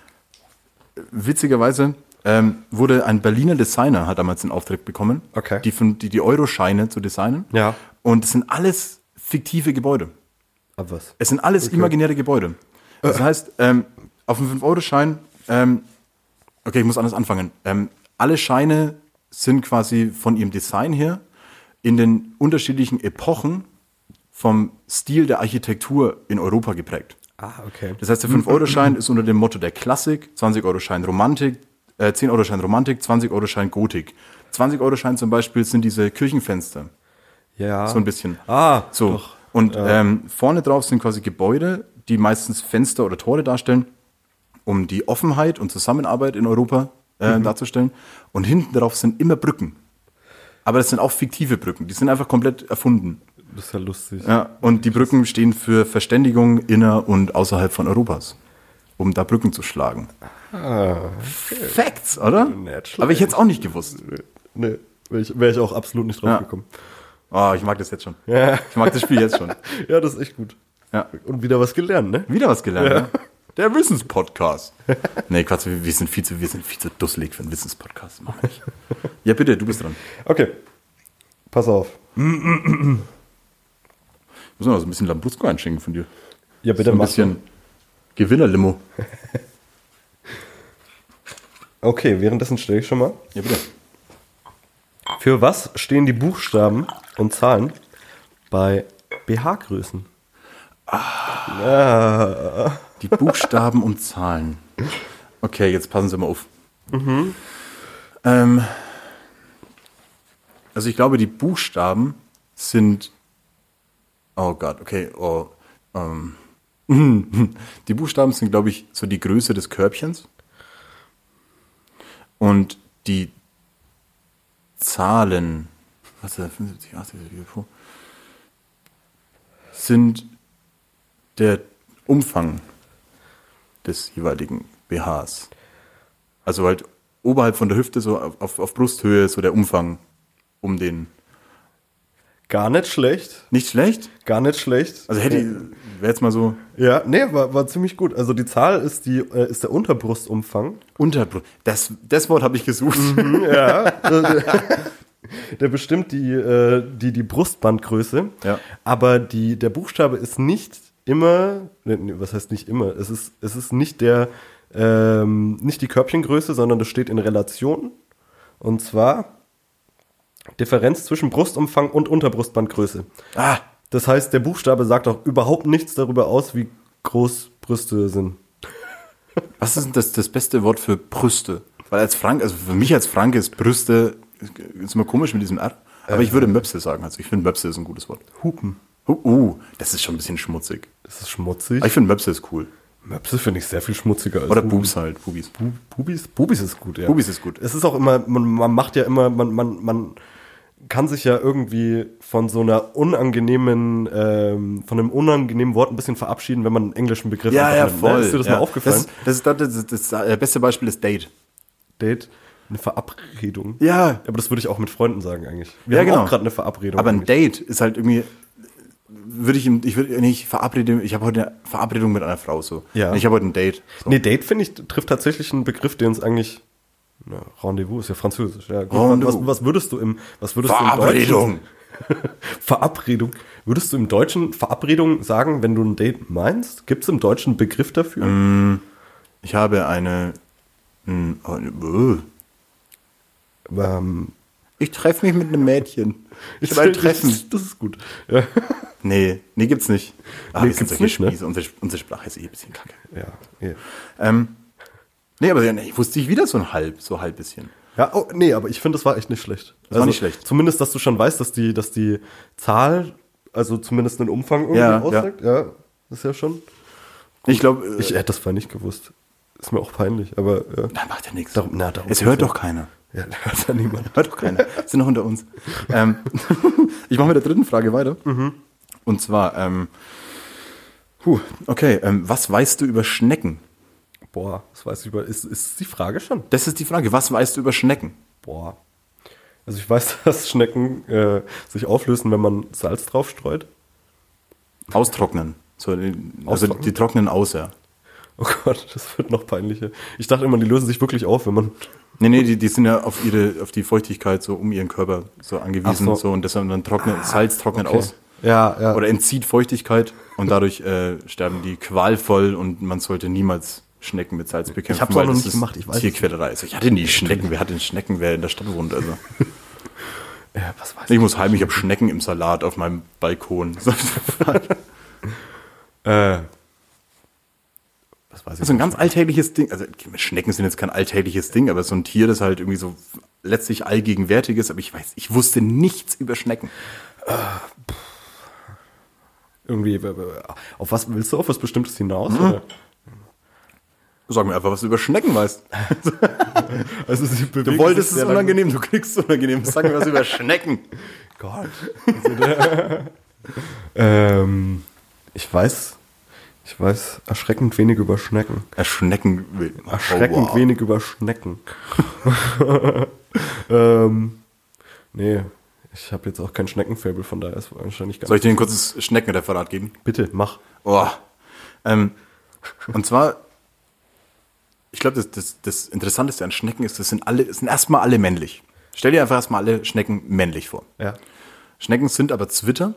E: äh, witzigerweise, ähm, wurde ein Berliner Designer, hat damals den Auftrag bekommen,
F: Okay.
E: die, von- die, die Euroscheine zu designen.
F: Ja.
E: Und es sind alles fiktive Gebäude.
F: Aber was?
E: Es sind alles imaginäre Gebäude. Das heißt, ähm, auf dem 5-Euro-Schein, ähm, okay, ich muss anders anfangen. Ähm, alle Scheine sind quasi von ihrem Design her in den unterschiedlichen Epochen vom Stil der Architektur in Europa geprägt.
F: Ah, okay.
E: Das heißt, der 5-Euro-Schein ist unter dem Motto der Klassik, 20-Euro-Schein Romantik, äh, 10-Euro-Schein Romantik, 20-Euro-Schein Gotik. 20-Euro-Schein zum Beispiel sind diese Kirchenfenster.
F: Ja.
E: So ein bisschen.
F: Ah,
E: So. Und ähm, vorne drauf sind quasi Gebäude, die meistens Fenster oder Tore darstellen, um die Offenheit und Zusammenarbeit in Europa äh,
F: Mhm.
E: darzustellen. Und hinten drauf sind immer Brücken. Aber das sind auch fiktive Brücken. Die sind einfach komplett erfunden.
F: Das ist ja lustig.
E: Ja, und die Brücken stehen für Verständigung inner und außerhalb von Europas, um da Brücken zu schlagen. Facts, oder?
F: Ah, Nicht
E: Aber ich hätte es auch nicht gewusst.
F: Nee, wäre ich, wär ich auch absolut nicht drauf
E: Ja.
F: gekommen.
E: Oh, ich mag das jetzt schon.
F: Ja.
E: Ich mag das Spiel jetzt schon.
F: Ja, das ist echt gut.
E: Ja.
F: Und wieder was gelernt, ne?
E: Wieder was gelernt, ja. Der Wissenspodcast. nee, Quatsch, wir, wir, sind viel zu, wir sind viel zu dusselig für einen Wissenspodcast. Mach ich. Ja, bitte, du bist dran.
F: Okay. Pass auf.
E: Ich muss noch so ein bisschen Lambrusco einschenken von dir.
F: Ja, bitte
E: so ein
F: mach.
E: bisschen Gewinnerlimo.
F: Okay, währenddessen stelle ich schon mal.
E: Ja, bitte.
F: Für was stehen die Buchstaben und Zahlen bei BH-Größen?
E: Die Buchstaben und Zahlen. Okay, jetzt passen Sie mal auf. Ähm, also ich glaube, die Buchstaben sind. Oh Gott, okay. Oh, ähm. Die Buchstaben sind, glaube ich, so die Größe des Körbchens. Und die Zahlen. Was ist das? 75, 80, 74, sind der Umfang des jeweiligen BHs. Also halt oberhalb von der Hüfte, so auf, auf Brusthöhe, so der Umfang um den.
F: Gar nicht schlecht.
E: Nicht schlecht?
F: Gar nicht schlecht.
E: Also hätte ich, wäre jetzt mal so
F: Ja, nee, war, war ziemlich gut. Also die Zahl ist, die, äh, ist der Unterbrustumfang.
E: Unterbrust. Das, das Wort habe ich gesucht.
F: Mhm. Der bestimmt die, äh, die, die Brustbandgröße.
E: Ja.
F: Aber die, der Buchstabe ist nicht immer, nee, nee, was heißt nicht immer? Es ist, es ist nicht der, ähm, nicht die Körbchengröße, sondern das steht in Relation. Und zwar Differenz zwischen Brustumfang und Unterbrustbandgröße.
E: Ah,
F: Das heißt, der Buchstabe sagt auch überhaupt nichts darüber aus, wie groß Brüste sind.
E: was ist denn das, das beste Wort für Brüste? Weil als Frank, also für mich als Frank ist Brüste, ist immer komisch mit diesem R. Aber ich würde Möpse sagen. Also ich finde Möpse ist ein gutes Wort.
F: Äh. Hupen.
E: Uh, uh, das ist schon ein bisschen schmutzig.
F: Das ist schmutzig.
E: Aber ich finde Möpse ist cool.
F: Möpse finde ich sehr viel schmutziger als
E: Oder
F: Hupen.
E: Boobs halt, Bubis.
F: Bu- Bubis? Bubis ist gut, ja.
E: Bubis ist gut.
F: Es ist auch immer, man, man macht ja immer, man, man, man kann sich ja irgendwie von so einer unangenehmen, ähm, von einem unangenehmen Wort ein bisschen verabschieden, wenn man einen englischen Begriff
E: Ja,
F: einfach
E: ja,
F: nimmt, ne?
E: voll.
F: Ist dir das
E: ja.
F: mal aufgefallen?
E: Das, ist- das, das, das, das äh, beste Beispiel ist Date.
F: Date, eine Verabredung.
E: Ja.
F: Aber das würde ich auch mit Freunden sagen eigentlich. Wir
E: Ja,
F: haben
E: genau.
F: auch gerade eine Verabredung.
E: Aber ein
F: eigentlich.
E: Date ist halt irgendwie, würde ich, ihm- ich würde nicht verabrede, ich habe heute eine Verabredung mit einer Frau so.
F: Ja.
E: Ich habe heute ein Date. So.
F: Nee, Date finde ich, trifft tatsächlich einen Begriff, den uns eigentlich. Na, Rendezvous ist ja französisch, ja. Gut,
E: Rendezvous.
F: Was, was würdest du im, was würdest du im Deutschen-
E: Verabredung.
F: Verabredung. Würdest du im Deutschen Verabredung sagen, wenn du ein Date meinst? Gibt es im Deutschen einen Begriff dafür?
E: Mm. Ich habe eine. ein- äh,
F: Ähm,
E: Ich treffe mich mit einem Mädchen. Ich will ein Treffen.
F: Das ist gut. Ja.
E: Nee, nee, gibt's nicht. Ah,
F: Nee,
E: wir sind
F: gibt's
E: solche
F: nicht, ne?
E: Spieße. Unsere, unsere Sprache ist eh ein bisschen kacke.
F: Ja, ja.
E: Ähm, nee, aber ich wusste ich wieder so ein halb, so halb bisschen.
F: ja oh, nee, aber ich finde, das war echt nicht schlecht. Das
E: war nicht schlecht.
F: Zumindest, dass du schon weißt, dass die, dass die Zahl, also zumindest einen Umfang irgendwie
E: Ja, ja.
F: aussagt. Ja. das ist ja schon.
E: Ich äh, glaube,
F: Ich hätte das vorher nicht gewusst. Ist mir auch peinlich, aber äh, ja.
E: Da macht ja nichts.
F: Darum- na, darum
E: es
F: geht's
E: hört
F: ja.
E: doch keiner.
F: ja da hört ja niemand.
E: Hört doch keiner. Sind noch unter uns. ähm, ich mache mit der dritten Frage weiter. Und zwar, ähm, puh, okay, ähm, was weißt du über Schnecken?
F: Boah, das weiß ich über. Ist, ist die Frage schon?
E: Das ist die Frage. Was weißt du über Schnecken?
F: Boah. Also ich weiß, dass Schnecken äh, sich auflösen, wenn man Salz drauf streut.
E: Austrocknen. So, die- also
F: Austrocknen?
E: die trocknen aus, ja.
F: Oh Gott, das wird noch peinlicher. Ich dachte immer, die lösen sich wirklich auf, wenn man.
E: Nee, nee, die, die sind ja auf ihre, auf die Feuchtigkeit so um ihren Körper so angewiesen
F: Ach so.
E: so. Ah, und deshalb dann trocknet, Salz trocknet aus
F: Ja, ja.
E: oder entzieht Feuchtigkeit und dadurch äh, sterben die qualvoll und man sollte niemals Schnecken mit Salz bekämpfen.
F: hab's auch
E: weil
F: noch
E: das
F: nicht
E: ist
F: gemacht, ich weiß es
E: Tierquälerei. Also ich hatte nie Schnecken, wer hat denn Schnecken, wer in der Stadt wohnt, also.
F: ja äh, was weiß ich.
E: Ich muss heim, ich habe Schnecken im Salat auf meinem Balkon. So,
F: Äh, was weiß
E: Das
F: ich.
E: ist ein ganz alltägliches Ding. Also Schnecken sind jetzt kein alltägliches Ding, aber so ein Tier, das halt irgendwie so letztlich allgegenwärtig ist. Aber ich weiß, ich wusste nichts über Schnecken.
F: Irgendwie. äh, äh, Auf was willst du auf was Bestimmtes hinaus?
E: Mhm.
F: Oder?
E: Sag mir einfach, was du über Schnecken weißt.
F: Also sie
E: Du wolltest es unangenehm, du kriegst es unangenehm. Sag mir was über Schnecken.
F: Gott. Also der- ähm, ich weiß. Ich weiß erschreckend wenig über Schnecken.
E: Erschnecken will.
F: Erschreckend
E: Oh, wow.
F: wenig über Schnecken. ähm, nee, ich habe jetzt auch kein Schneckenfabel, von daher ist wahrscheinlich gar
E: Soll ich dir ein kurzes Schneckenreferat geben?
F: Bitte, mach.
E: Oh. Ähm, und zwar, ich glaube, das, das, das Interessanteste an Schnecken ist, das sind alle, das sind erstmal alle männlich. Stell dir einfach erstmal alle Schnecken männlich vor.
F: Ja.
E: Schnecken sind aber Zwitter.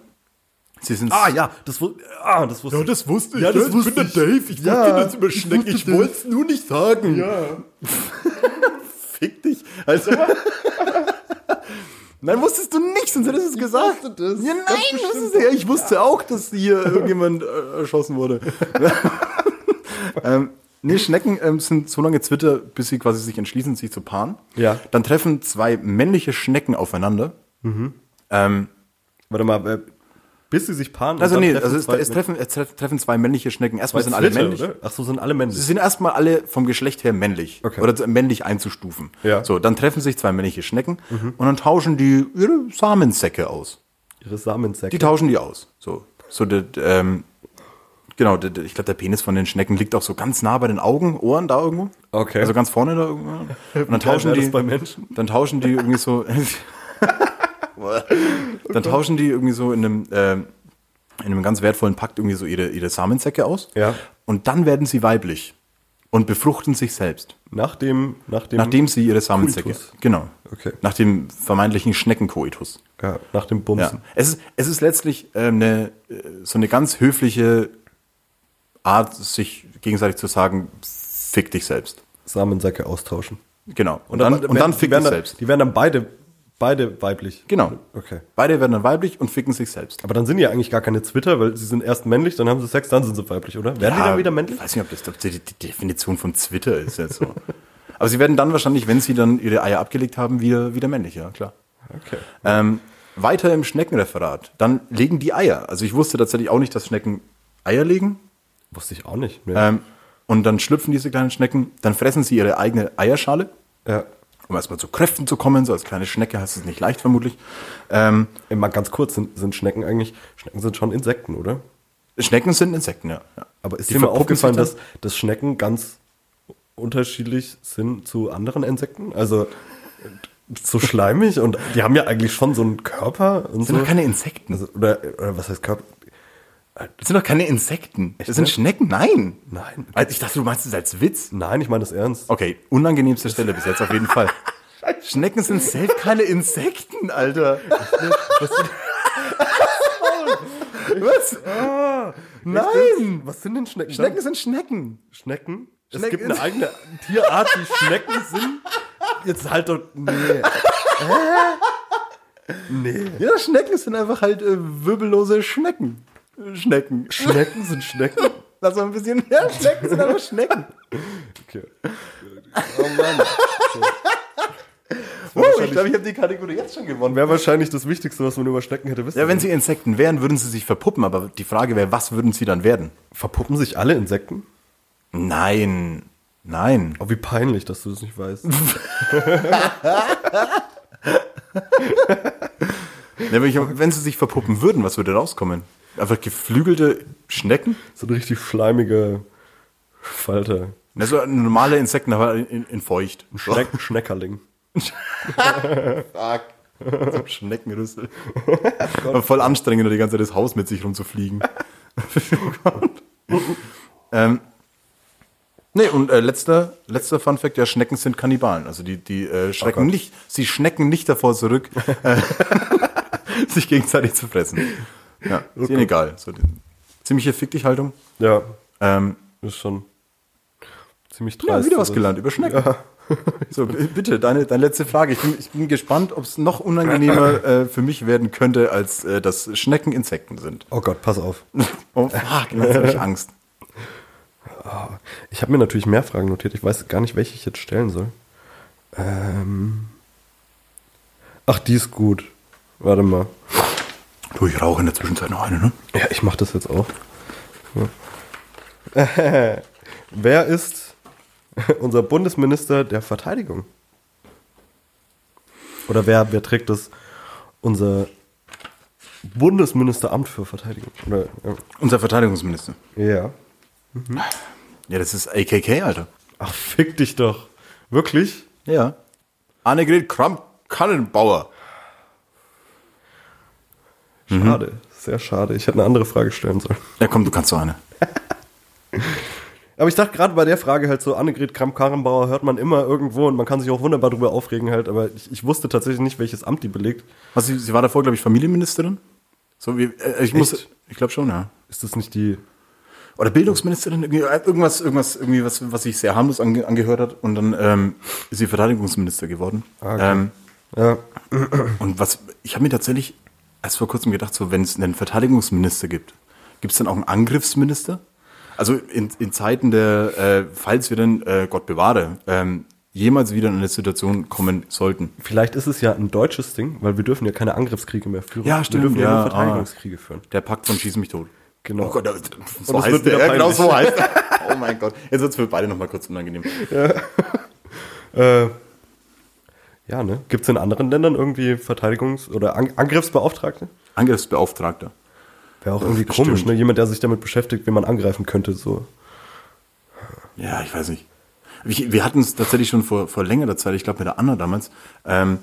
E: Sie sind
F: Ah ja, das, wu- ah, das wusste ich.
E: wusste ne?
F: Ja, das wusste ich. Ja, ich wusste das.
E: es nur nicht sagen.
F: Ja.
E: Fick dich. Also. Nein, wusstest du nicht, sonst hättest du es gesagt. Ja, nein, wusstest du ja. Ich wusste auch, dass hier irgendjemand äh, erschossen wurde. ähm, nee, Schnecken ähm, sind so lange Zwitter, bis sie quasi sich entschließen, sich zu paaren.
F: Ja.
E: Dann treffen zwei männliche Schnecken aufeinander. Ähm,
F: Warte mal, äh, bis sie sich paaren. und
E: also
F: dann
E: nee,
F: treffen
E: also es,
F: zwei-
E: es, treffen, es treff- treffen zwei männliche Schnecken. Erstmal
F: zwei
E: sind alle
F: Zwitter,
E: männlich.
F: oder? Ach so, sind alle
E: Sie
F: männlich.
E: sind erstmal alle vom Geschlecht her männlich
F: Okay.
E: oder zu- männlich einzustufen.
F: Ja.
E: So, dann treffen sich zwei männliche Schnecken und dann tauschen die ihre Samensäcke aus.
F: Ihre Samensäcke.
E: Die tauschen die aus. So, so der, ähm, genau, der, der, ich glaube, der Penis von den Schnecken liegt auch so ganz nah bei den Augen, Ohren da irgendwo.
F: Okay.
E: Also ganz vorne da irgendwo. Und dann
F: geil
E: tauschen
F: wär
E: die
F: das bei Menschen?
E: Dann tauschen die irgendwie so Dann tauschen die irgendwie so in einem, äh, in einem ganz wertvollen Pakt irgendwie so ihre, ihre Samensäcke aus.
F: Ja.
E: Und dann werden sie weiblich und befruchten sich selbst,
F: Nach dem, nach dem,
E: nachdem sie ihre Samensäcke.
F: Koitus.
E: Genau.
F: Okay.
E: Nach dem vermeintlichen Schneckenkoitus.
F: ja, nach dem
E: Ja.
F: Bumsen.
E: Es, ist, es ist letztlich ähm, eine, äh, so eine ganz höfliche Art, sich gegenseitig zu sagen, fick dich selbst.
F: Samensäcke austauschen.
E: Genau. Und, dann, und dann
F: die
E: fick dich
F: werden dann,
E: selbst.
F: Die werden dann beide, beide weiblich.
E: Genau.
F: Okay.
E: Beide werden dann weiblich und ficken sich selbst.
F: Aber dann sind die ja eigentlich gar keine Zwitter, weil sie sind erst männlich, dann haben sie Sex, dann sind sie weiblich, oder? Werden die dann wieder männlich?
E: Ah, Ich weiß nicht, ob das ob die, die Definition von Twitter ist jetzt so. Aber sie werden dann wahrscheinlich, wenn sie dann ihre Eier abgelegt haben, wieder, wieder männlich, ja, klar.
F: Okay.
E: Ähm, weiter im Schneckenreferat. Dann legen die Eier. Also ich wusste tatsächlich auch nicht, dass Schnecken Eier legen.
F: Wusste ich auch nicht. Nee.
E: Ähm, und dann schlüpfen diese kleinen Schnecken, dann fressen sie ihre eigene Eierschale,
F: ja.
E: um erstmal zu Kräften zu kommen. So als kleine Schnecke hast du es nicht leicht vermutlich. Ähm,
F: Ey, Mal ganz kurz, sind, sind Schnecken eigentlich, Schnecken sind schon Insekten, oder?
E: Schnecken sind Insekten, ja. ja.
F: Aber ist
E: Die
F: dir mal
E: verpuppen sich
F: aufgefallen,
E: dann-
F: dass, dass Schnecken ganz unterschiedlich sind zu anderen Insekten? Also so schleimig und die haben ja eigentlich schon so einen Körper und
E: Das sind
F: so.
E: doch keine Insekten.
F: also, oder, oder was heißt Körper?
E: Das sind doch keine Insekten. Das sind
F: ne?
E: Schnecken, nein.
F: Nein.
E: Also Ich dachte, du meinst es als Witz.
F: Nein, ich meine das ernst.
E: Okay, unangenehmste Stelle bis jetzt auf jeden Fall. Schnecken sind selbst keine Insekten, Alter. Was? Nein!
F: Ah, Was sind denn Schnecken?
E: Schnecken sind Schnecken.
F: Schnecken? Es
E: Schnecken-
F: gibt eine eigene Tierart, die Schnecken sind. Jetzt halt doch. Nee. Hä? Nee.
E: Ja, Schnecken sind einfach halt äh, wirbellose Schnecken. Schnecken.
F: Schnecken sind Schnecken?
E: Lass mal ein bisschen. Ja, Schnecken sind einfach Schnecken.
F: Okay. Oh Mann.
E: Oh, ich glaube, ich habe die Kategorie jetzt schon gewonnen.
F: Wäre wahrscheinlich das Wichtigste, was man über Schnecken hätte wissen
E: Ja, wenn
F: sollen.
E: sie Insekten wären, würden sie sich verpuppen, aber die Frage wäre, was würden sie dann werden?
F: Verpuppen sich alle Insekten?
E: Nein. Nein.
F: Oh, wie peinlich, dass du das nicht weißt.
E: Ja, wenn, ich, wenn sie sich verpuppen würden, was würde rauskommen? Einfach geflügelte Schnecken?
F: So ein richtig schleimiger Falter.
E: Also normale Insekten, aber in, in feucht.
F: Schneck Schneckerling.
E: Schneck, Schneckenrüssel. Voll anstrengend, die ganze Zeit das Haus mit sich rumzufliegen. ähm, nee, und äh, letzter, letzter Fun Fact, ja, Schnecken sind Kannibalen. Also die, die äh, schrecken nicht, sie schnecken nicht davor zurück, äh, sich gegenseitig zu fressen. Ja, ist ihnen egal. So, die, ziemliche Fick dich Haltung.
F: Ja,
E: Ähm,
F: ist schon ziemlich
E: ja,
F: dreist. Also,
E: wieder was
F: aber-
E: gelernt über Schnecken. So, b- bitte, deine, deine letzte Frage. Ich bin, ich bin gespannt, ob es noch unangenehmer äh, für mich werden könnte, als äh, dass Schnecken Insekten sind.
F: Oh Gott, pass auf.
E: Oh, fuck, jetzt habe ich Angst.
F: Ich habe mir natürlich mehr Fragen notiert. Ich weiß gar nicht, welche ich jetzt stellen soll. Ähm Ach, die ist gut. Warte mal.
E: Du, ich rauche in der Zwischenzeit noch eine, ne?
F: Ja, ich mache das jetzt auch. Ja. Wer ist unser Bundesminister der Verteidigung? Oder wer, wer trägt das? Unser Bundesministeramt für Verteidigung. Oder,
E: Unser Verteidigungsminister.
F: ja. ja.
E: Ja, das ist AKK, Alter.
F: Ach, fick dich doch. Wirklich?
E: Ja. Annegret Kramp-Kannenbauer.
F: Schade. Sehr schade. Ich hätte eine andere Frage stellen sollen.
E: Ja, komm, du kannst so eine.
F: Aber ich dachte gerade bei der Frage halt so, Annegret Kramp-Karrenbauer hört man immer irgendwo und man kann sich auch wunderbar drüber aufregen halt, aber ich, ich wusste tatsächlich nicht, welches Amt die belegt.
E: Was, sie, sie war davor, glaube ich, Familienministerin? So wie, äh, ich muss,
F: Echt?
E: ich glaube schon, ja.
F: Ist das nicht die...
E: Oder Bildungsministerin, irgendwie, äh, irgendwas, irgendwas, irgendwie, was, was sich sehr harmlos ange, angehört hat. Und dann ähm, ist sie Verteidigungsminister geworden.
F: Ah, okay.
E: Ähm,
F: Ja,
E: Und was, ich habe mir tatsächlich erst vor kurzem gedacht, so wenn es einen Verteidigungsminister gibt, gibt es dann auch einen Angriffsminister? Also in, in Zeiten der, äh, falls wir dann, äh, Gott bewahre, ähm, jemals wieder in eine Situation kommen sollten.
F: vielleicht ist es ja ein deutsches Ding, weil wir dürfen ja keine Angriffskriege mehr führen.
E: Ja, stimmt,
F: Wir dürfen
E: ja,
F: nur Verteidigungskriege führen.
E: Der Pakt von Schieß mich tot.
F: Genau.
E: Oh Gott, das, so
F: das
E: heißt
F: wird
E: der.
F: wieder
E: Ja, genau
F: peinlich.
E: so heißt der. Oh mein Gott. Jetzt wird es für beide nochmal kurz unangenehm.
F: Äh, ja, ne? Gibt es in anderen Ländern irgendwie Verteidigungs- oder An Angriffsbeauftragte?
E: Angriffsbeauftragter.
F: Wäre auch irgendwie
E: bestimmt.
F: komisch, ne? Jemand, der sich damit beschäftigt, wen man angreifen könnte, so.
E: Ja, ich weiß nicht. Ich, wir hatten es tatsächlich schon vor, vor längerer Zeit, ich glaube mit der Anna damals, ähm,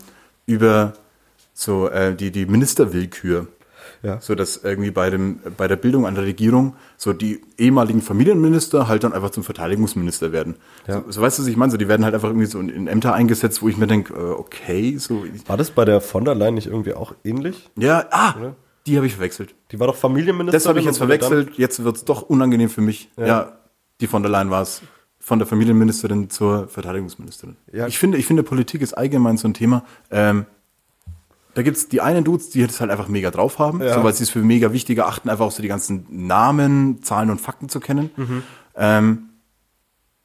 E: über so äh, die, die Ministerwillkür.
F: Ja.
E: So dass irgendwie bei, dem, bei der Bildung an der Regierung so die ehemaligen Familienminister halt dann einfach zum Verteidigungsminister werden.
F: Ja.
E: So, so weißt du, was ich meine? So, die werden halt einfach irgendwie so in, in Ämter eingesetzt, wo ich mir denke, äh, okay, so.
F: War das bei der von der Leyen nicht irgendwie auch ähnlich?
E: Ja, ah, die habe ich verwechselt.
F: Die war doch Familienministerin.
E: Das habe ich jetzt
F: und wurde dann-
E: verwechselt. Jetzt wird's doch unangenehm für mich. Ja. die von der Leyen war es. Von der Familienministerin zur Verteidigungsministerin.
F: Ja.
E: Ich, finde, ich finde, Politik ist allgemein so ein Thema. Ähm, da gibt's die einen Dudes, die das halt einfach mega drauf haben,
F: Ja.
E: so, weil sie es für mega wichtig erachten, einfach auch so die ganzen Namen, Zahlen und Fakten zu kennen.
F: Mhm.
E: Ähm,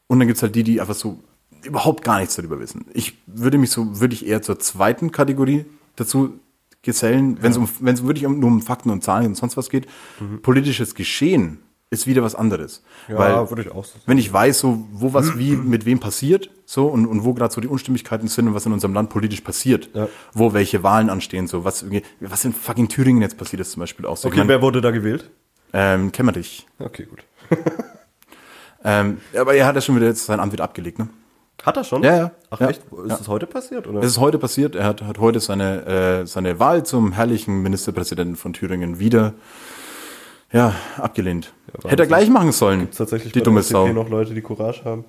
E: und dann gibt's halt die, die einfach so überhaupt gar nichts darüber wissen. Ich würde mich so, würde ich eher zur zweiten Kategorie dazu gesellen, wenn es um, wenn es wirklich um, nur um Fakten und Zahlen und sonst was geht. Politisches Geschehen ist wieder was anderes.
F: Mhm. Ja,
E: Weil,
F: würde ich auch so sagen.
E: wenn ich weiß, so, wo was wie mit wem passiert, so, und, und wo gerade so die Unstimmigkeiten sind und was in unserem Land politisch passiert,
F: Ja.
E: wo welche Wahlen anstehen, so, was, irgendwie- was in fucking Thüringen jetzt passiert ist zum Beispiel auch so.
F: Okay, wer wurde da gewählt?
E: ähm, Kämmerlich.
F: Okay, gut.
E: Ähm, aber er hat ja schon wieder jetzt sein Amt wieder abgelegt, ne?
F: Hat er schon?
E: Ja, ja.
F: Ach
E: Ja.
F: echt? Ist
E: Ja.
F: das heute passiert? Oder?
E: Es ist heute passiert. Er hat, hat heute seine, äh, seine Wahl zum herrlichen Ministerpräsidenten von Thüringen wieder ja, abgelehnt. Hätte er gleich machen sollen.
F: tatsächlich
E: die
F: bei der
E: dumme
F: FDP
E: Sau.
F: noch Leute, die Courage haben.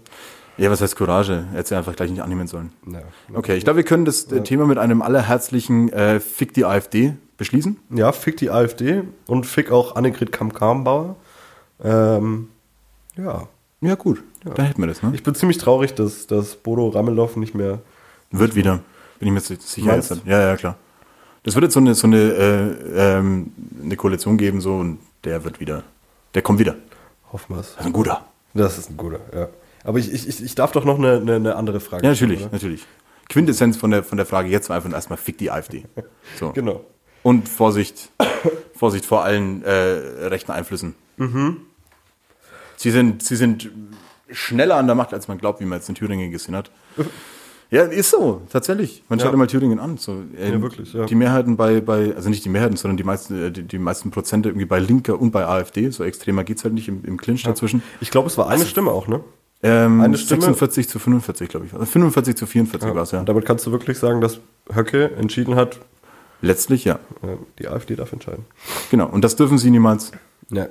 E: Ja, was heißt Courage? Er hätte sie einfach gleich nicht annehmen sollen.
F: Ja.
E: Okay, ich glaube, wir können das äh, Thema mit einem allerherzlichen äh, Fick die AfD beschließen.
F: Ja, fick die AfD und fick auch Annegret Kamm-Karrenbauer. Ähm, ja.
E: Ja, gut. Da hätten wir das, ne?
F: Ich bin ziemlich traurig, dass, dass Bodo Ramelow nicht mehr.
E: Wird wieder. Bin ich mir si- sicher.
F: Meinst
E: Jetzt. Ja, ja, klar. Das wird jetzt so eine, so eine, äh, ähm, eine Koalition geben, so, und der wird wieder. Der kommt wieder.
F: Hoffen wir's.
E: Das ist ein guter.
F: Das ist ein guter, ja. Aber ich, ich, ich- ich darf doch noch eine, eine, eine andere Frage
E: Ja, natürlich,
F: stellen, oder?
E: natürlich. Quintessenz von der, von der Frage jetzt war einfach erstmal fick die AfD. So.
F: Genau.
E: Und Vorsicht, Vorsicht vor allen äh, rechten Einflüssen.
F: Mhm.
E: Sie, sind, sie sind schneller an der Macht, als man glaubt, wie man jetzt in Thüringen gesehen hat. Ja, ist so, tatsächlich. Man schaut
F: Ja.
E: ja. mal Thüringen an. So, äh,
F: Ja, wirklich, ja.
E: Die Mehrheiten bei, bei, also nicht die Mehrheiten, sondern die meisten, äh, die, die meisten Prozente irgendwie bei Linker und bei AfD. So extremer geht's halt nicht im, im Clinch dazwischen.
F: Ich glaube, es war eine Stimme auch, ne?
E: Ähm,
F: Eine Stimme-
E: 46 zu 45, glaube ich. Also 45 zu 44 war's, ja.
F: Und damit kannst du wirklich sagen, dass Höcke entschieden hat,
E: Letztlich ja.
F: äh, die AfD darf entscheiden.
E: Genau. Und das dürfen sie niemals.
F: Ja.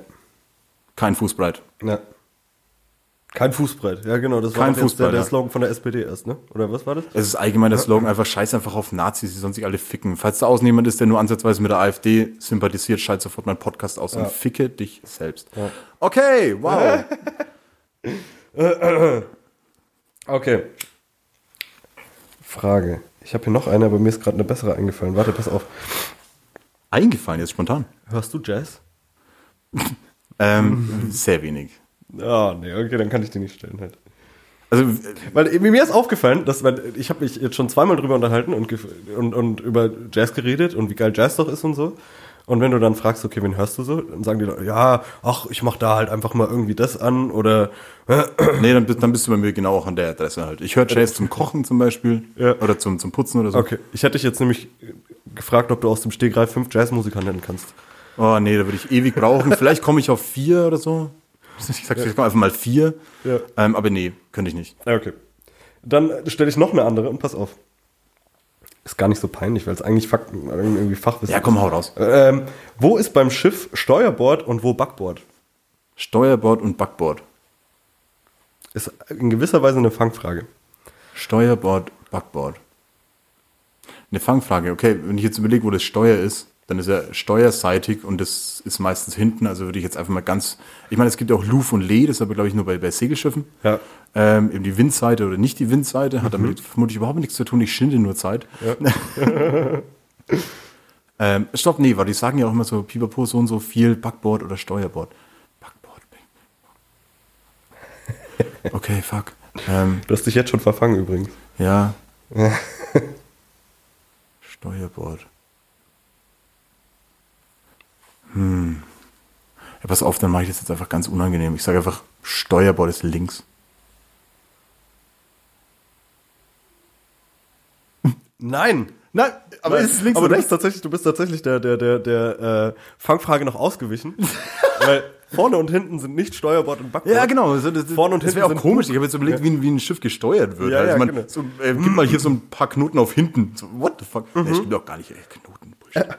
E: Kein Fußbreit.
F: ja. Kein Fußbreit. Ja, genau. Das
E: Kein
F: war doch jetzt der,
E: Fußbreit,
F: der
E: ja.
F: Slogan von der SPD erst, ne? Oder was war das?
E: Es ist allgemein der Slogan einfach scheiß einfach auf Nazis, die sonst sich alle ficken. Falls da außen jemand ist, der nur ansatzweise mit der AfD sympathisiert, schalt sofort meinen Podcast aus und ficke dich selbst. Okay, wow.
F: Okay. Frage. Ich habe hier noch eine, aber mir ist gerade eine bessere eingefallen. Warte, pass auf.
E: Eingefallen jetzt spontan.
F: Hörst du Jazz?
E: Ähm, sehr wenig.
F: Ah, nee, okay, dann kann ich die nicht stellen halt.
E: Also, äh,
F: Weil äh, mir ist aufgefallen, dass man, ich habe mich jetzt schon zweimal drüber unterhalten und, gef- und, und über Jazz geredet und wie geil Jazz doch ist und so. Und wenn du dann fragst, okay, wen hörst du so? Dann sagen die Leute, ja, ach, ich mach da halt einfach mal irgendwie das an oder
E: nee, dann, bist- dann bist du bei mir genau auch an der Adresse halt. Ich höre Jazz zum Kochen zum Beispiel
F: Ja.
E: oder zum, zum Putzen oder so.
F: Okay, ich hätte dich jetzt nämlich äh, gefragt, ob du aus dem Stegreif fünf Jazzmusiker nennen kannst.
E: Oh nee, da würde ich ewig brauchen. Vielleicht komme ich auf vier oder so. Ich sag, ich komme einfach mal vier.
F: Ja.
E: Ähm, aber nee, könnte ich nicht.
F: Ja, okay. Dann äh, stelle ich noch eine andere und pass auf. Ist gar nicht so peinlich, weil es eigentlich Fakten, irgendwie Fachwissen
E: Ja, komm, hau raus.
F: ist. Ähm, wo ist beim Schiff Steuerbord und wo Backbord?
E: Steuerbord und Backbord.
F: Ist in gewisser Weise eine Fangfrage.
E: Steuerbord, Backbord. Eine Fangfrage. Okay, wenn ich jetzt überlege, wo das Steuer ist, dann ist er steuerseitig und das ist meistens hinten. Also würde ich jetzt einfach mal ganz. Ich meine, es gibt ja auch Luf und Le, das ist aber, glaube ich, nur bei, bei Segelschiffen.
F: Ja.
E: Ähm, eben die Windseite oder nicht die Windseite hat damit vermutlich überhaupt nichts zu tun. Ich schinde nur Zeit. ähm, stopp, nee, weil die sagen ja auch immer so, Pipapo, so und so viel, Backboard oder Steuerbord. Backboard. Back- Okay, fuck. Ähm,
F: Du hast dich jetzt schon verfangen übrigens.
E: ja. Steuerbord. Hm. Hm. Ja, pass auf, dann mache ich das jetzt einfach ganz unangenehm. Ich sage einfach, Steuerbord ist links.
F: Nein! Nein, aber
E: Nein.
F: ist es links
E: Aber
F: oder
E: du
F: rechts? Tatsächlich, du bist tatsächlich der, der, der, der äh, Fangfrage noch ausgewichen. weil vorne und hinten sind nicht Steuerbord und Backbord.
E: Ja, genau. Das, das,
F: Vorne und
E: das
F: hinten
E: wäre auch
F: sind
E: komisch.
F: Punkte.
E: Ich habe jetzt überlegt, wie, ein- wie ein Schiff gesteuert wird.
F: Ja,
E: also
F: ja,
E: man,
F: genau.
E: so, äh, Mhm. gib mal hier so ein paar Knoten auf hinten. So, what the fuck? Nee, das stimmt doch gar nicht. Ey, Knoten. Bullshit.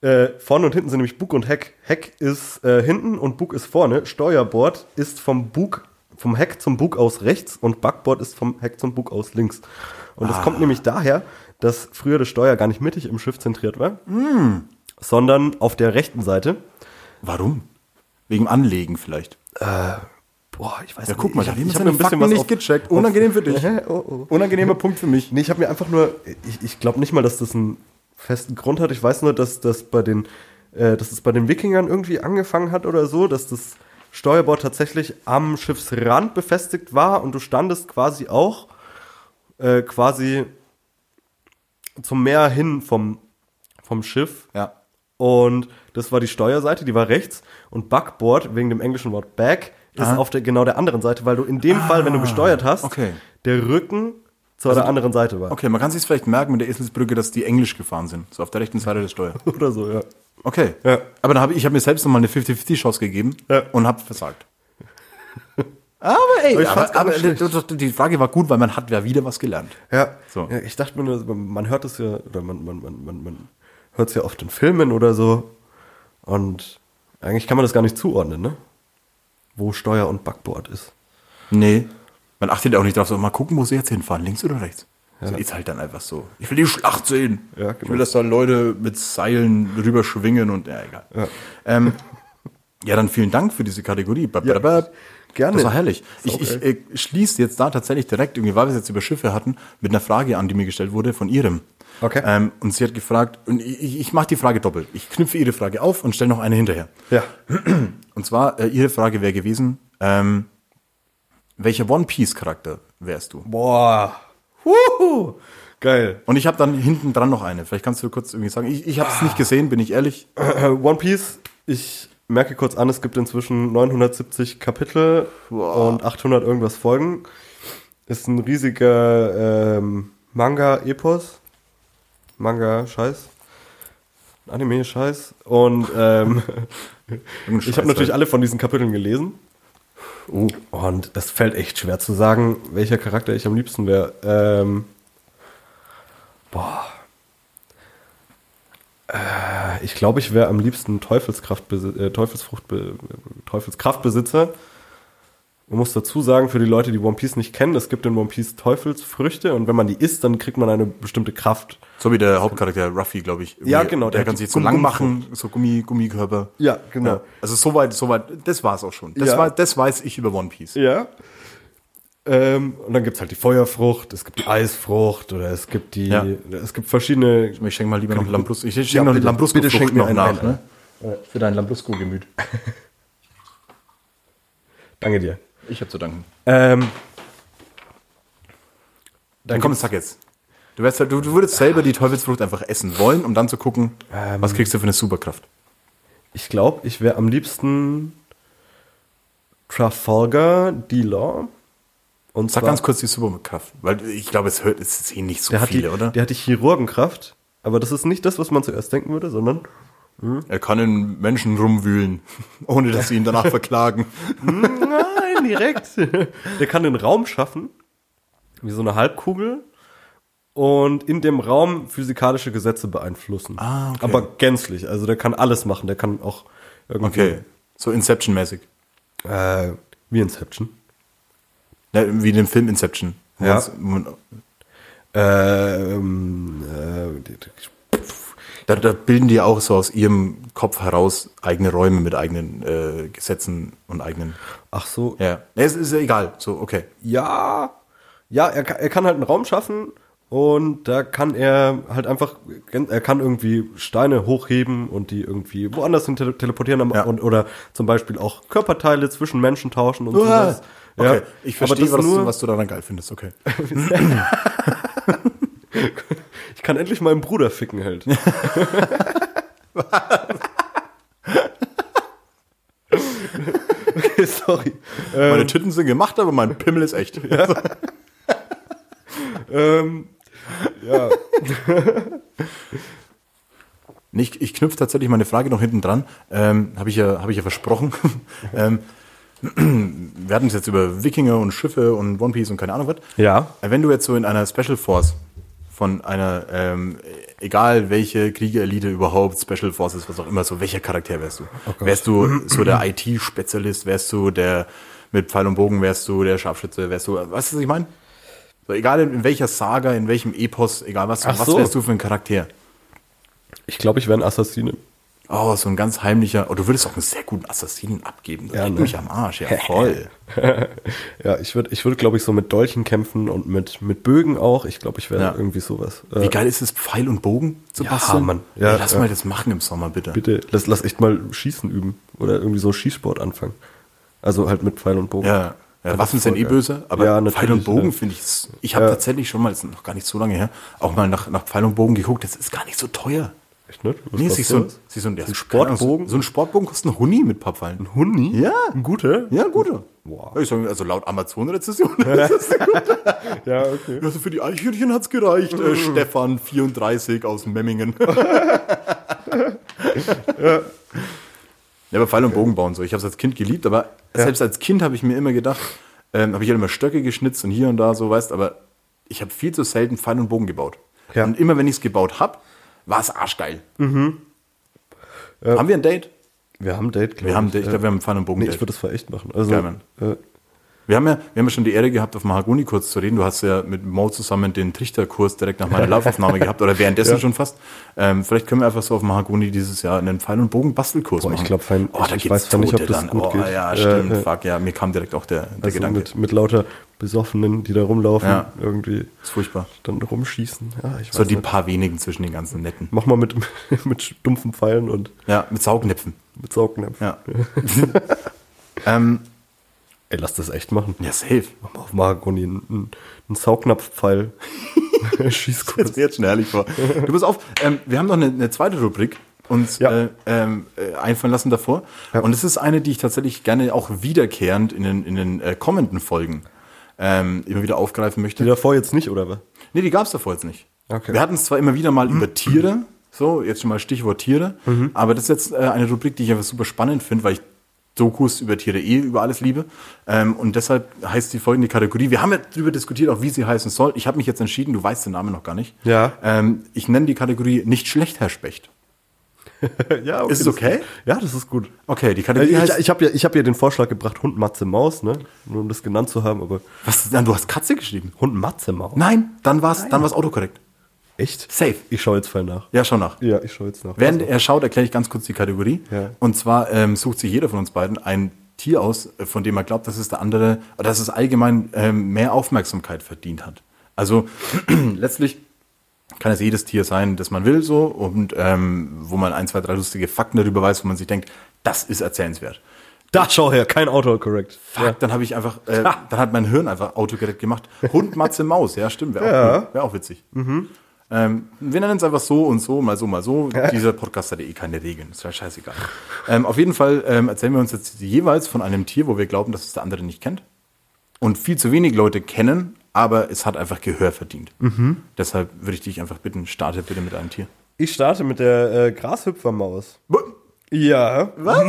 F: Äh, vorne und hinten sind nämlich Bug und Heck. Heck ist äh, hinten und Bug ist vorne. Steuerbord ist vom Bug, vom Heck zum Bug aus rechts und Backbord ist vom Heck zum Bug aus links. Und das kommt nämlich daher, dass früher das Steuer gar nicht mittig im Schiff zentriert war, sondern auf der rechten Seite.
E: Warum? Wegen Anlegen vielleicht.
F: Boah, ich weiß
E: Ja, guck mal,
F: ich
E: da
F: hab-
E: haben wir
F: ich hab
E: seine
F: mir ein bisschen
E: Fakten
F: was
E: nicht
F: auf-
E: gecheckt.
F: auf-
E: Unangenehm für dich.
F: Hä? Oh, oh.
E: Unangenehmer Punkt für mich.
F: Nee, ich habe mir einfach nur, ich, ich glaube nicht mal, dass das einen festen Grund hat. Ich weiß nur, dass das bei den, äh, dass es bei den Wikingern irgendwie angefangen hat oder so, dass das Steuerbord tatsächlich am Schiffsrand befestigt war und du standest quasi auch äh, quasi zum Meer hin vom, vom Schiff.
E: Ja.
F: Und das war die Steuerseite, die war rechts. Und Backboard, wegen dem englischen Wort back, ist auf der, genau der anderen Seite, weil du in dem Fall, wenn du gesteuert hast,
E: okay.
F: der Rücken zu der anderen Seite war.
E: Okay, man kann sich vielleicht merken mit der Eselsbrücke, dass die englisch gefahren sind. So auf der rechten Seite der Steuer.
F: Oder so, ja.
E: Okay.
F: Ja.
E: Aber dann habe ich, ich habe mir selbst nochmal eine 50-50-Chance gegeben
F: Ja.
E: und habe versagt. Aber ey,
F: Aber ich fand's
E: aber,
F: gar
E: aber
F: nicht schlecht.
E: doch, doch, die Frage war gut, weil man hat ja wieder was gelernt.
F: Ja.
E: So.
F: ja ich dachte mir nur, man hört es ja, oder man, man, man, man, man hört es ja oft in Filmen oder so. Und eigentlich kann man das gar nicht zuordnen, ne? Wo Steuer und Backboard ist.
E: Nee. Man achtet ja auch nicht drauf, so mal gucken, wo sie jetzt hinfahren, links oder rechts. So ist halt dann einfach so. Ich will die Schlacht sehen.
F: Ja,
E: Ich
F: genau.
E: will, dass da Leute mit Seilen rüber schwingen und ja, egal. Ja, ähm, ja dann vielen Dank für diese Kategorie. Bab,
F: Ja,
E: bab, bab.
F: gerne.
E: Das war herrlich.
F: Ist auch
E: Ich, ich äh, schließe jetzt da tatsächlich direkt, irgendwie, weil wir es jetzt über Schiffe hatten, mit einer Frage an, die mir gestellt wurde von ihrem.
F: Okay.
E: Ähm, und sie hat gefragt, und ich, ich- ich mache die Frage doppelt. Ich knüpfe ihre Frage auf und stelle noch eine hinterher.
F: Ja.
E: Und zwar, äh, ihre Frage wäre gewesen, ähm, welcher One Piece Charakter wärst du?
F: Boah. Huhu. Geil.
E: Und ich habe dann hinten dran noch eine. Vielleicht kannst du kurz irgendwie sagen, ich, ich habe es nicht gesehen, bin ich ehrlich.
F: Äh, One Piece, ich merke kurz an, es gibt inzwischen 970 Kapitel und 800 irgendwas Folgen. Ist ein riesiger ähm, Manga-Epos. Manga-Scheiß. Anime-Scheiß. Und ähm, ich habe natürlich alle von diesen Kapiteln gelesen. Uh, Und es fällt echt schwer zu sagen, welcher Charakter ich am liebsten wäre. Ähm, boah. Äh, ich glaube, ich wäre am liebsten Teufelskraftbesi- äh, Teufelsfruchtbe Teufelskraftbesitzer. Man muss dazu sagen, für die Leute, die One Piece nicht kennen, es gibt in One Piece Teufelsfrüchte und wenn man die isst, dann kriegt man eine bestimmte Kraft.
E: So wie der Hauptcharakter Ruffy, glaube ich.
F: Ja, genau,
E: Der,
F: der
E: kann
F: hat
E: sich jetzt
F: die
E: so lang
F: Gummi-
E: machen, so Gummi, Gummikörper.
F: Ja, genau.
E: Also soweit, soweit, das war's auch schon. Das,
F: Ja.
E: war, das weiß ich über One Piece.
F: Ja. Ähm, und dann gibt es halt die Feuerfrucht, es gibt die Eisfrucht oder es gibt die,
E: Ja.
F: es gibt verschiedene
E: Ich schenke mal lieber noch Lambrus. Ich schenke
F: Ja,
E: noch
F: bitte,
E: Lambrusco
F: bitte schenk mir
E: noch
F: einen
E: nach.
F: ein,
E: Ne? Für dein Lambrusco-Gemüt.
F: Danke dir.
E: Ich habe zu danken.
F: Ähm,
E: Dann komm, sag jetzt. Du, wärst, halt- du, du würdest selber die Teufelsfrucht einfach essen wollen, um dann zu gucken,
F: Ähm.
E: was kriegst du für eine Superkraft.
F: ich glaube, ich wäre am liebsten Trafalgar D-Law. Und
E: Sag
F: zwar-
E: ganz kurz die Superkraft, weil ich glaube, es hört, es sehen nicht so
F: der hat
E: viele,
F: die,
E: oder?
F: Der hat die Chirurgenkraft, aber das ist nicht das, was man zuerst denken würde, sondern
E: er kann in Menschen rumwühlen, ohne dass sie ihn danach verklagen.
F: Nein, direkt. Der kann den Raum schaffen, wie so eine Halbkugel, und in dem Raum physikalische Gesetze beeinflussen.
E: Ah, okay.
F: Aber gänzlich. Also der kann alles machen. Der kann auch irgendwie
E: Okay, so Inception-mäßig.
F: äh, wie Inception.
E: Ne, Wie in dem Film Inception. wo
F: Ja.
E: es- wo man-
F: Ähm, äh, die- die-
E: Da, da bilden die auch so aus ihrem Kopf heraus eigene Räume mit eigenen äh, Gesetzen und eigenen.
F: ach so.
E: Ja, Ne, es ist egal. So, okay.
F: Ja, ja, er, ka- er kann halt einen Raum schaffen und da kann er halt einfach, er kann irgendwie Steine hochheben und die irgendwie woanders hin tele teleportieren am-
E: Ja.
F: und, oder zum Beispiel auch Körperteile zwischen Menschen tauschen und sowas. Ja,
E: Okay, ich verstehe,
F: aber das
E: was,
F: nur,
E: du, was du daran geil findest. Okay.
F: Ich kann endlich meinen Bruder ficken halt. okay, sorry. Äh,
E: Meine Titten sind gemacht, aber mein Pimmel ist echt.
F: Ähm, ja.
E: Nee, ich, ich knüpfe tatsächlich meine Frage noch hinten dran. Ähm, Habe ich, ja, hab ich ja versprochen. ähm, wir hatten es jetzt über Wikinger und Schiffe und One Piece und keine Ahnung was.
F: Ja.
E: Äh, Wenn du jetzt so in einer Special Force von einer, ähm, egal welche Kriegerelite überhaupt, Special Forces, was auch immer, so welcher Charakter wärst du?
F: Oh
E: wärst du so der IT-Spezialist, wärst du der mit Pfeil und Bogen, wärst du der Scharfschütze, wärst du, weißt du, was ich meine? So, egal in, in welcher Saga, in welchem Epos, egal was,
F: Ach
E: was
F: so.
E: wärst du für ein Charakter?
F: Ich glaube, ich wäre ein Assassine.
E: Oh, so ein ganz heimlicher, oh, du würdest auch einen sehr guten Assassinen abgeben. Das
F: Ja,
E: ja,
F: ne?
E: mich am Arsch, ja voll.
F: Ja, ich würde, ich würd, glaube ich, so mit Dolchen kämpfen und mit, mit Bögen auch. Ich glaube, ich wäre
E: Ja.
F: irgendwie sowas.
E: Wie
F: Äh,
E: geil ist es, Pfeil und Bogen zu
F: Ja,
E: basteln?
F: Mann. Ja,
E: Ja, lass
F: ja.
E: mal das machen im Sommer, bitte.
F: bitte, lass, lass echt mal Schießen üben. Oder irgendwie so Schießsport anfangen. Also halt mit Pfeil und Bogen.
E: Ja, ja
F: Das
E: Waffen
F: ist
E: sind
F: voll
E: eh
F: geil.
E: böse, aber
F: Ja,
E: Pfeil und
F: natürlich,
E: Bogen
F: ja.
E: finde ich. Ich habe
F: Ja.
E: tatsächlich schon mal, das ist noch gar nicht so lange her, auch mal nach, nach Pfeil und Bogen geguckt. Das ist gar nicht so teuer.
F: Echt, ne? Was
E: Nee,
F: kostet
E: sich so,
F: das?
E: sich so, ein, ja,
F: ein
E: keine Ahnung,
F: Sportbogen?
E: So, so ein Sportbogen kostet ein Huni mit paar Pfeilen. Ein
F: Huni?
E: Ja.
F: Ein guter?
E: Ja, gute.
F: Boah.
E: Ich sag, also laut Amazon-Rezession. Das ist eine gute.
F: Ja, okay.
E: Also für die Eichhörnchen hat's gereicht. Äh, Stefan, 34 aus Memmingen. Ja, aber Pfeil und Bogen bauen so. Ich habe es als Kind geliebt, aber selbst als Kind habe ich mir immer gedacht, ähm, habe ich halt immer Stöcke geschnitzt und hier und da so, weißt aber ich habe viel zu selten Pfeil und Bogen gebaut.
F: Ja. Mhm.
E: Und immer wenn ich es gebaut habe, war es arschgeil. Haben wir ein Date?
F: Wir haben ein Date, glaube
E: Wir haben ein Date. Ich glaube, wir haben ein Pfeil und Bogen
F: Äh, Nee,
E: Date.
F: ich würde das voll echt machen. Also,
E: Geil, Mann.
F: äh,
E: wir, haben ja, wir haben ja schon die Ehre gehabt, auf Mahagoni kurz zu reden. Du hast ja mit Mo zusammen den Trichterkurs direkt nach meiner Live-Aufnahme gehabt oder währenddessen schon fast. Ähm, vielleicht können wir einfach so auf Mahagoni dieses Jahr einen Pfeil- und Bogen-Bastelkurs
F: Boah, ich
E: machen.
F: glaub, Pfeil-
E: oh, da
F: ich
E: geht's
F: weiß zwar nicht, ob
E: Tote
F: das gut
E: oh,
F: geht.
E: Ja,
F: Äh,
E: stimmt,
F: äh.
E: fuck, ja, mir kam direkt auch der, der
F: also
E: Gedanke.
F: mit, mit lauter Besoffenen, die da rumlaufen,
E: Ja.
F: irgendwie
E: ist furchtbar.
F: dann rumschießen. Ja, ich weiß
E: So die
F: nicht.
E: paar wenigen zwischen den ganzen Netten.
F: Mach mal mit, mit dumpfen Pfeilen und
E: Ja, mit Saugnäpfen.
F: mit Saugnäpfen.
E: Ja. ähm,
F: Ey, lass das echt machen.
E: ja, safe.
F: Mach mal auf Mahagoni einen, einen Saugnapfpfeil.
E: Jetzt
F: Schießkurs.
E: mir jetzt schon herrlich vor. Du pass auf, ähm, wir haben noch eine, eine zweite Rubrik uns
F: Ja.
E: äh, ähm, äh, einfallen lassen davor.
F: Ja.
E: Und es ist eine, die ich tatsächlich gerne auch wiederkehrend in den, in den äh, kommenden Folgen ähm, immer wieder aufgreifen möchte.
F: Die davor jetzt nicht, oder was?
E: Nee, die gab es davor jetzt nicht.
F: Okay.
E: Wir hatten es zwar immer wieder mal über Tiere, so, jetzt schon mal Stichwort Tiere, aber das ist jetzt äh, eine Rubrik, die ich einfach super spannend finde, weil ich Dokus über Tiere eh über alles liebe. Ähm, und deshalb heißt die folgende Kategorie. Wir haben ja darüber diskutiert, auch wie sie heißen soll. Ich habe mich jetzt entschieden, du weißt den Namen noch gar nicht.
F: Ja.
E: Ähm, ich nenne die Kategorie nicht schlecht, Herr Specht.
F: ja,
E: Ist es
F: das-
E: okay?
F: Ja, das ist gut.
E: Okay, die
F: Äh,
E: Kategorie
F: Ich,
E: heißt.
F: ich habe ja, ich hab ja den Vorschlag gebracht, Hund, Matze, Maus, ne? Nur um das genannt zu haben, aber
E: was, nein, du hast Katze geschrieben.
F: Hund, Matze, Maus.
E: Nein, dann war es dann war's autokorrekt.
F: Echt?
E: Safe.
F: Ich schaue jetzt voll nach.
E: Ja, schau nach.
F: Ja, ich schaue jetzt nach.
E: Während er schaut, erkläre ich ganz kurz die Kategorie.
F: Ja.
E: Und zwar ähm, sucht sich jeder von uns beiden ein Tier aus, äh, von dem er glaubt, dass es der andere, oder dass es allgemein ähm, mehr Aufmerksamkeit verdient hat. Also letztlich kann es jedes Tier sein, das man will, so und ähm, wo man ein, zwei, drei lustige Fakten darüber weiß, wo man sich denkt, das ist erzählenswert.
F: da schau her, kein Autocorrect.
E: Fuck, dann habe ich einfach, äh, dann hat mein Hirn einfach autogerät gemacht. Hund, Matze, Maus, ja, stimmt, wäre auch, cool, wär auch witzig.
F: Mhm.
E: Ähm, wir nennen es einfach so und so, mal so, mal so. Dieser Podcast hat eh keine Regeln, ist ja scheißegal. Ähm, auf jeden Fall ähm, erzählen wir uns jetzt jeweils von einem Tier, wo wir glauben, dass es der andere nicht kennt. Und viel zu wenig Leute kennen, aber es hat einfach Gehör verdient.
F: Mhm.
E: Deshalb würde ich dich einfach bitten, starte bitte mit einem Tier.
F: Ich starte mit der äh, Grashüpfermaus. Ja.
E: Was?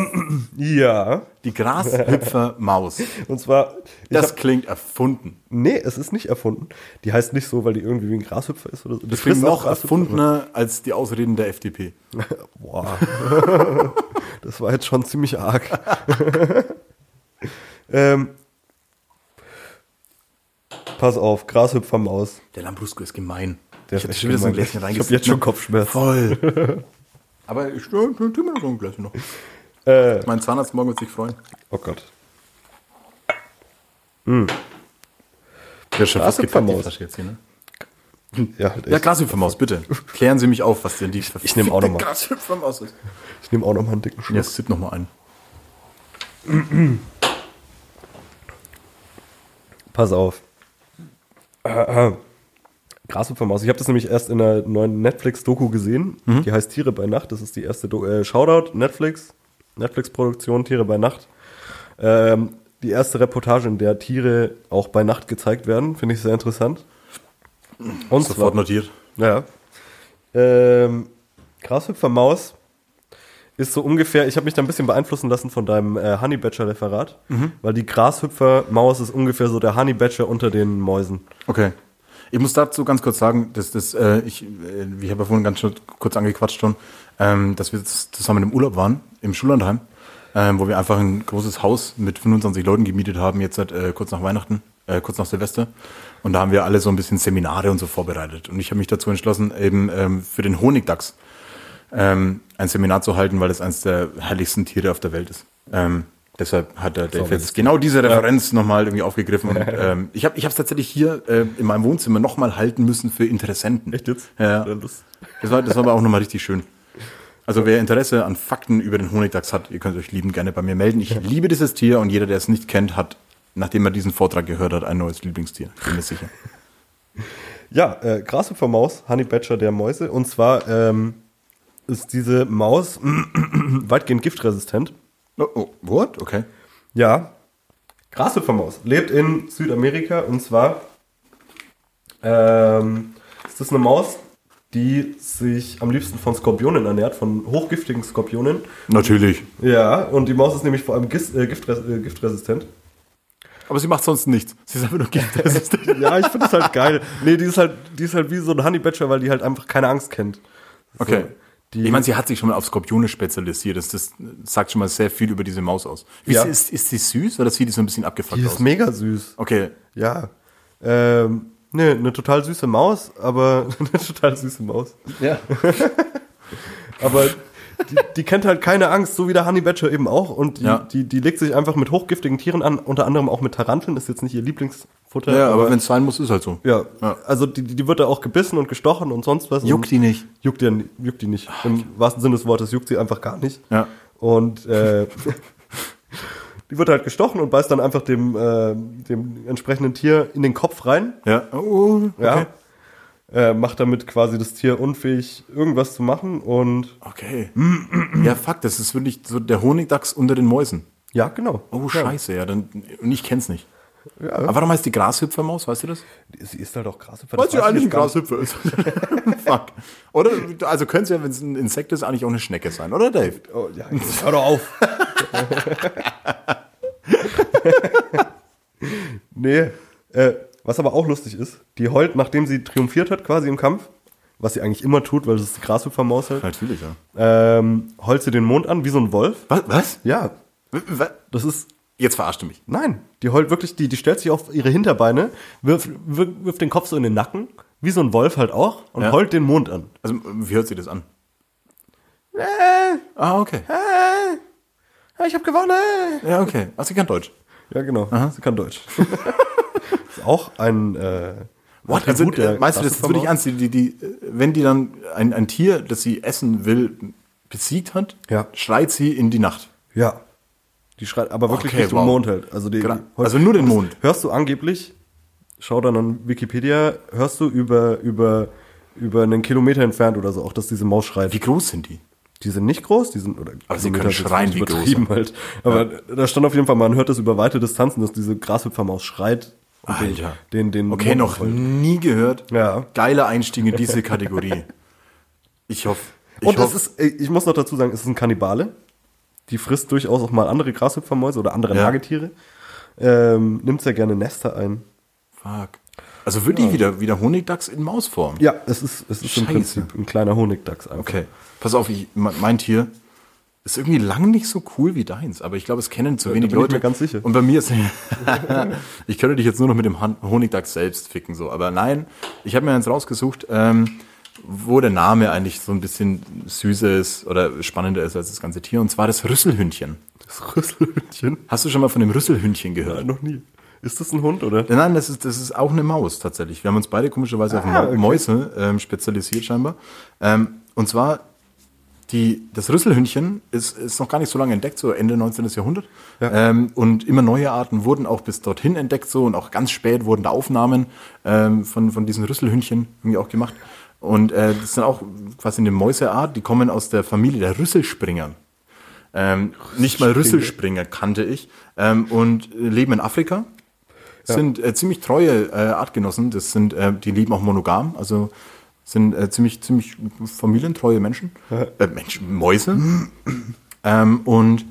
F: Ja.
E: Die Grashüpfermaus.
F: Und zwar. ich
E: Das
F: hab-
E: klingt erfunden.
F: nee, es ist nicht erfunden. Die heißt nicht so, weil die irgendwie wie ein Grashüpfer ist oder so. Die
E: Das klingt
F: frisst auch
E: noch
F: Grashüpfer.
E: erfundener als die Ausreden der FDP.
F: Boah. das war jetzt schon ziemlich arg. ähm, pass auf, Grashüpfermaus.
E: Der Lambrusco ist gemein.
F: Der
E: ich
F: ist
E: hab
F: echt
E: schon wieder so ein
F: gemein.
E: Gläschen
F: Ich hab
E: reingesetzt.
F: jetzt schon Kopfschmerzen.
E: Voll. Aber ich tu mir noch so ein Gläschen noch.
F: Äh,
E: Mein Zahnarzt morgen wird sich freuen.
F: oh Gott.
E: Ja, schon
F: fast gekippt, die Flasche
E: jetzt hier, ne?
F: Ja, halt echt.
E: Ja, Glashüpfermaus, bitte. Klären Sie mich auf, was denn die Ich
F: nehm auch noch mal.
E: Glashüpfermaus ist.
F: Ich nehme auch noch mal einen dicken Schluck.
E: Ja, sipp noch mal ein.
F: Pass auf. Äh, äh. Grashüpfermaus. Ich habe das nämlich erst in einer neuen Netflix-Doku gesehen. Die heißt Tiere bei Nacht. Das ist die erste Do äh, Shoutout Netflix. Netflix-Produktion Tiere bei Nacht. Ähm, die erste Reportage, in der Tiere auch bei Nacht gezeigt werden. Finde ich sehr interessant. Und
E: Sofort
F: zwar,
E: notiert.
F: ja. Ähm, Grashüpfermaus ist so ungefähr, ich habe mich da ein bisschen beeinflussen lassen von deinem äh, Honey Badger Referat, weil die Grashüpfermaus ist ungefähr so der Honey Badger unter den Mäusen.
E: Okay. Ich muss dazu ganz kurz sagen, dass das, äh, ich, äh, ich habe ja vorhin ganz schon kurz angequatscht schon, ähm, dass wir jetzt zusammen im Urlaub waren, im Schullandheim, ähm, wo wir einfach ein großes Haus mit 25 Leuten gemietet haben, jetzt seit äh, kurz nach Weihnachten, äh, kurz nach Silvester. Und da haben wir alle so ein bisschen Seminare und so vorbereitet. Und ich habe mich dazu entschlossen, eben ähm, für den Honigdachs ähm, ein Seminar zu halten, weil das eines der herrlichsten Tiere auf der Welt ist. Ähm, deshalb hat der Dave jetzt genau diese Referenz nochmal irgendwie aufgegriffen. Und, ähm, ich habe es tatsächlich hier äh, in meinem Wohnzimmer nochmal halten müssen für Interessenten.
F: Echt jetzt?
E: Ja.
F: Ja, das-
E: Das war, das war aber auch nochmal richtig schön. Also wer Interesse an Fakten über den Honigdachs hat, ihr könnt euch lieben gerne bei mir melden. Ich liebe dieses Tier und jeder, der es nicht kennt, hat, nachdem er diesen Vortrag gehört hat, ein neues Lieblingstier. Bin mir sicher.
F: Ja, äh, Grashüpfermaus, Honey Badger der Mäuse. Und zwar ähm, ist diese Maus weitgehend giftresistent.
E: Oh, oh what? Okay.
F: Ja. Grashüpfermaus lebt in Südamerika und zwar ähm, ist das eine Maus, die sich am liebsten von Skorpionen ernährt, von hochgiftigen Skorpionen.
E: Natürlich.
F: Ja, und die Maus ist nämlich vor allem gis, äh, giftres, äh, giftresistent.
E: Aber sie macht sonst nichts. Sie ist einfach nur giftresistent.
F: Ja, ich finde das halt geil. Nee, die ist halt, die ist halt wie so ein Honey Badger, weil die halt einfach keine Angst kennt.
E: Okay.
F: So, die-
E: Ich meine, sie hat sich schon mal auf Skorpione spezialisiert. Das, das sagt schon mal sehr viel über diese Maus aus. Wie
F: Ja.
E: sie- ist, ist sie süß oder sieht die so ein bisschen abgefuckt
F: Die
E: aus?
F: ist mega süß.
E: Okay.
F: Ja. Ähm, ne, eine total süße Maus, aber eine total süße Maus.
E: Ja.
F: Aber die, die kennt halt keine Angst, so wie der Honey Badger eben auch. Und die,
E: Ja.
F: die, die legt sich einfach mit hochgiftigen Tieren an, unter anderem auch mit Taranteln, ist jetzt nicht ihr Lieblingsfutter.
E: Ja, aber wenn es sein muss, ist halt so.
F: ja,
E: Ja.
F: also die, die die wird da auch gebissen und gestochen und sonst was.
E: Juckt
F: und
E: die nicht.
F: Juckt die, juckt die nicht. Im wahrsten Sinne des Wortes juckt sie einfach gar nicht.
E: Ja.
F: Und äh, die wird halt gestochen und beißt dann einfach dem, äh, dem entsprechenden Tier in den Kopf rein.
E: Ja. Oh,
F: Ja. Äh, macht damit quasi das Tier unfähig, irgendwas zu machen und.
E: Okay. ja, fuck, das ist wirklich so der Honigdachs unter den Mäusen.
F: Ja, genau.
E: Oh,
F: ja.
E: scheiße, ja. Dann, und ich kenn's nicht. Aber warum heißt die Grashüpfermaus, weißt du das?
F: Sie ist halt auch krass.
E: Weißt du eigentlich ein Grashüpfer ist? fuck. Oder, also könnte es ja, wenn es ein Insekt ist, eigentlich auch eine Schnecke sein, oder Dave?
F: Oh, ja, jetzt hör doch auf. nee. Äh, was aber auch lustig ist, die heult, nachdem sie triumphiert hat, quasi im Kampf, was sie eigentlich immer tut, weil das ist die Grashüpfermaus halt,
E: Natürlich, ja.
F: ähm, heult sie den Mond an, wie so ein Wolf.
E: Was? was?
F: Ja,
E: W- wa-
F: das ist
E: Jetzt verarscht du mich.
F: Nein, die heult wirklich, die, die stellt sich auf ihre Hinterbeine, wirft, wirft, wirft den Kopf so in den Nacken, wie so ein Wolf halt auch, und
E: Ja.
F: heult den Mond an.
E: Also, wie hört sich das an? Ah, okay.
F: Äh, ich habe gewonnen.
E: Ja, okay. Also, sie kann Deutsch.
F: Ja, genau. Sie kann Deutsch. ist auch ein. Äh,
E: What?
F: ein
E: Also,
F: Tribut der
E: äh, meinst du, das ist wirklich
F: Klassenformat.
E: ernst? Die, die, die, äh, wenn die dann ein, ein Tier, das sie essen will, besiegt hat,
F: Ja.
E: schreit sie in die Nacht.
F: Ja. Die schreit, aber wirklich
E: Okay,
F: Richtung
E: wow.
F: Mond halt. Also, die,
E: Gra-
F: die-
E: also nur den Mond.
F: Hörst du angeblich, schau dann an Wikipedia, hörst du über, über, über einen Kilometer entfernt oder so auch, dass diese Maus schreit.
E: Wie groß sind die?
F: Die sind nicht groß, die sind oder
E: Aber sie
F: Kilometer
E: können
F: ist jetzt
E: schreien
F: nicht
E: wie groß.
F: übertrieben halt. Aber da stand auf jeden Fall, man hört das über weite Distanzen, dass diese Grashüpfermaus schreit. und Den, den, den
E: Ah, okay,
F: Mond
E: noch
F: aufheult.
E: nie gehört.
F: Ja.
E: Geile Einstiege in diese Kategorie. Ich hoffe. Ich
F: Und es
E: hoffe-
F: ist, ey, ich muss noch dazu sagen, es ist ein Kannibale. Die frisst durchaus auch mal andere Grashüpfermäuse oder andere
E: Ja.
F: Nagetiere. Ähm, nimmt sehr gerne Nester ein.
E: Fuck. Also wirklich wieder, wieder Honigdachs in Mausform.
F: Ja, es ist, es ist
E: Scheiße.
F: im Prinzip ein kleiner Honigdachs einfach.
E: Okay. Pass auf, ich, me- mein Tier ist irgendwie lang nicht so cool wie deins, aber ich glaube, es kennen zu wenig
F: bin ich
E: Leute.
F: mir ganz sicher.
E: Und bei mir ist. ich könnte dich jetzt nur noch mit dem Han- Honigdachs selbst ficken, so. Aber nein, ich habe mir eins rausgesucht, ähm, wo der Name eigentlich so ein bisschen süßer ist oder spannender ist als das ganze Tier, und zwar das Rüsselhündchen.
F: Das Rüsselhündchen?
E: Hast du schon mal von dem Rüsselhündchen gehört?
F: Noch nie. Ist das ein Hund, oder?
E: Ja, Nein, das ist, das ist auch eine Maus tatsächlich. Wir haben uns beide komischerweise auf Mau-
F: okay.
E: Mäuse ähm, spezialisiert scheinbar. Ähm, und zwar, die, das Rüsselhündchen ist, ist noch gar nicht so lange entdeckt, so Ende 19. Jahrhundert. Ähm, und immer neue Arten wurden auch bis dorthin entdeckt so und auch ganz spät wurden da Aufnahmen ähm, von, von diesen Rüsselhündchen irgendwie auch gemacht. Und äh, das sind auch quasi eine Mäuseart, die kommen aus der Familie der Rüsselspringern. Ähm, nicht mal Rüsselspringer kannte ich. Ähm, und äh, leben in Afrika. Sind äh, ziemlich treue äh, Artgenossen. Das sind, äh, die leben auch monogam. Also Sind äh, ziemlich, ziemlich familientreue Menschen. Äh, Menschen, Mäuse. ähm, und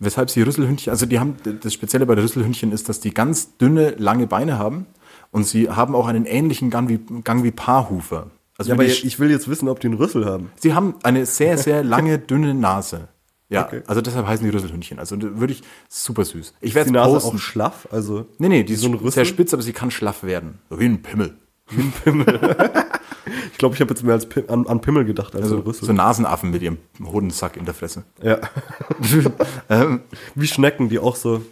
E: weshalb sie Rüsselhündchen, also die haben, das Spezielle bei den Rüsselhündchen ist, dass die ganz dünne, lange Beine haben und sie haben auch einen ähnlichen Gang wie, Gang wie Paarhufer. Also
F: Ja,
E: wenn
F: aber
E: die
F: ich ich will jetzt wissen, ob die einen Rüssel haben.
E: Sie haben eine sehr, sehr lange, dünne Nase. Ja,
F: Okay.
E: also deshalb heißen die Rüsselhündchen. Also da würde ich, super süß. Ich werde
F: Die
E: es
F: Nase
E: posten.
F: auch schlaff, also
E: nee, nee, die ist
F: so ein
E: sehr
F: Rüssel.
E: spitz, aber sie kann schlaff werden. So wie ein Pimmel.
F: Ich glaube, ich habe jetzt mehr als Pim an, an Pimmel gedacht als
E: Also
F: an Rüssel.
E: so Nasenaffen mit ihrem Hodensack in der Fresse.
F: ja.
E: Ähm,
F: Wie Schnecken, die auch so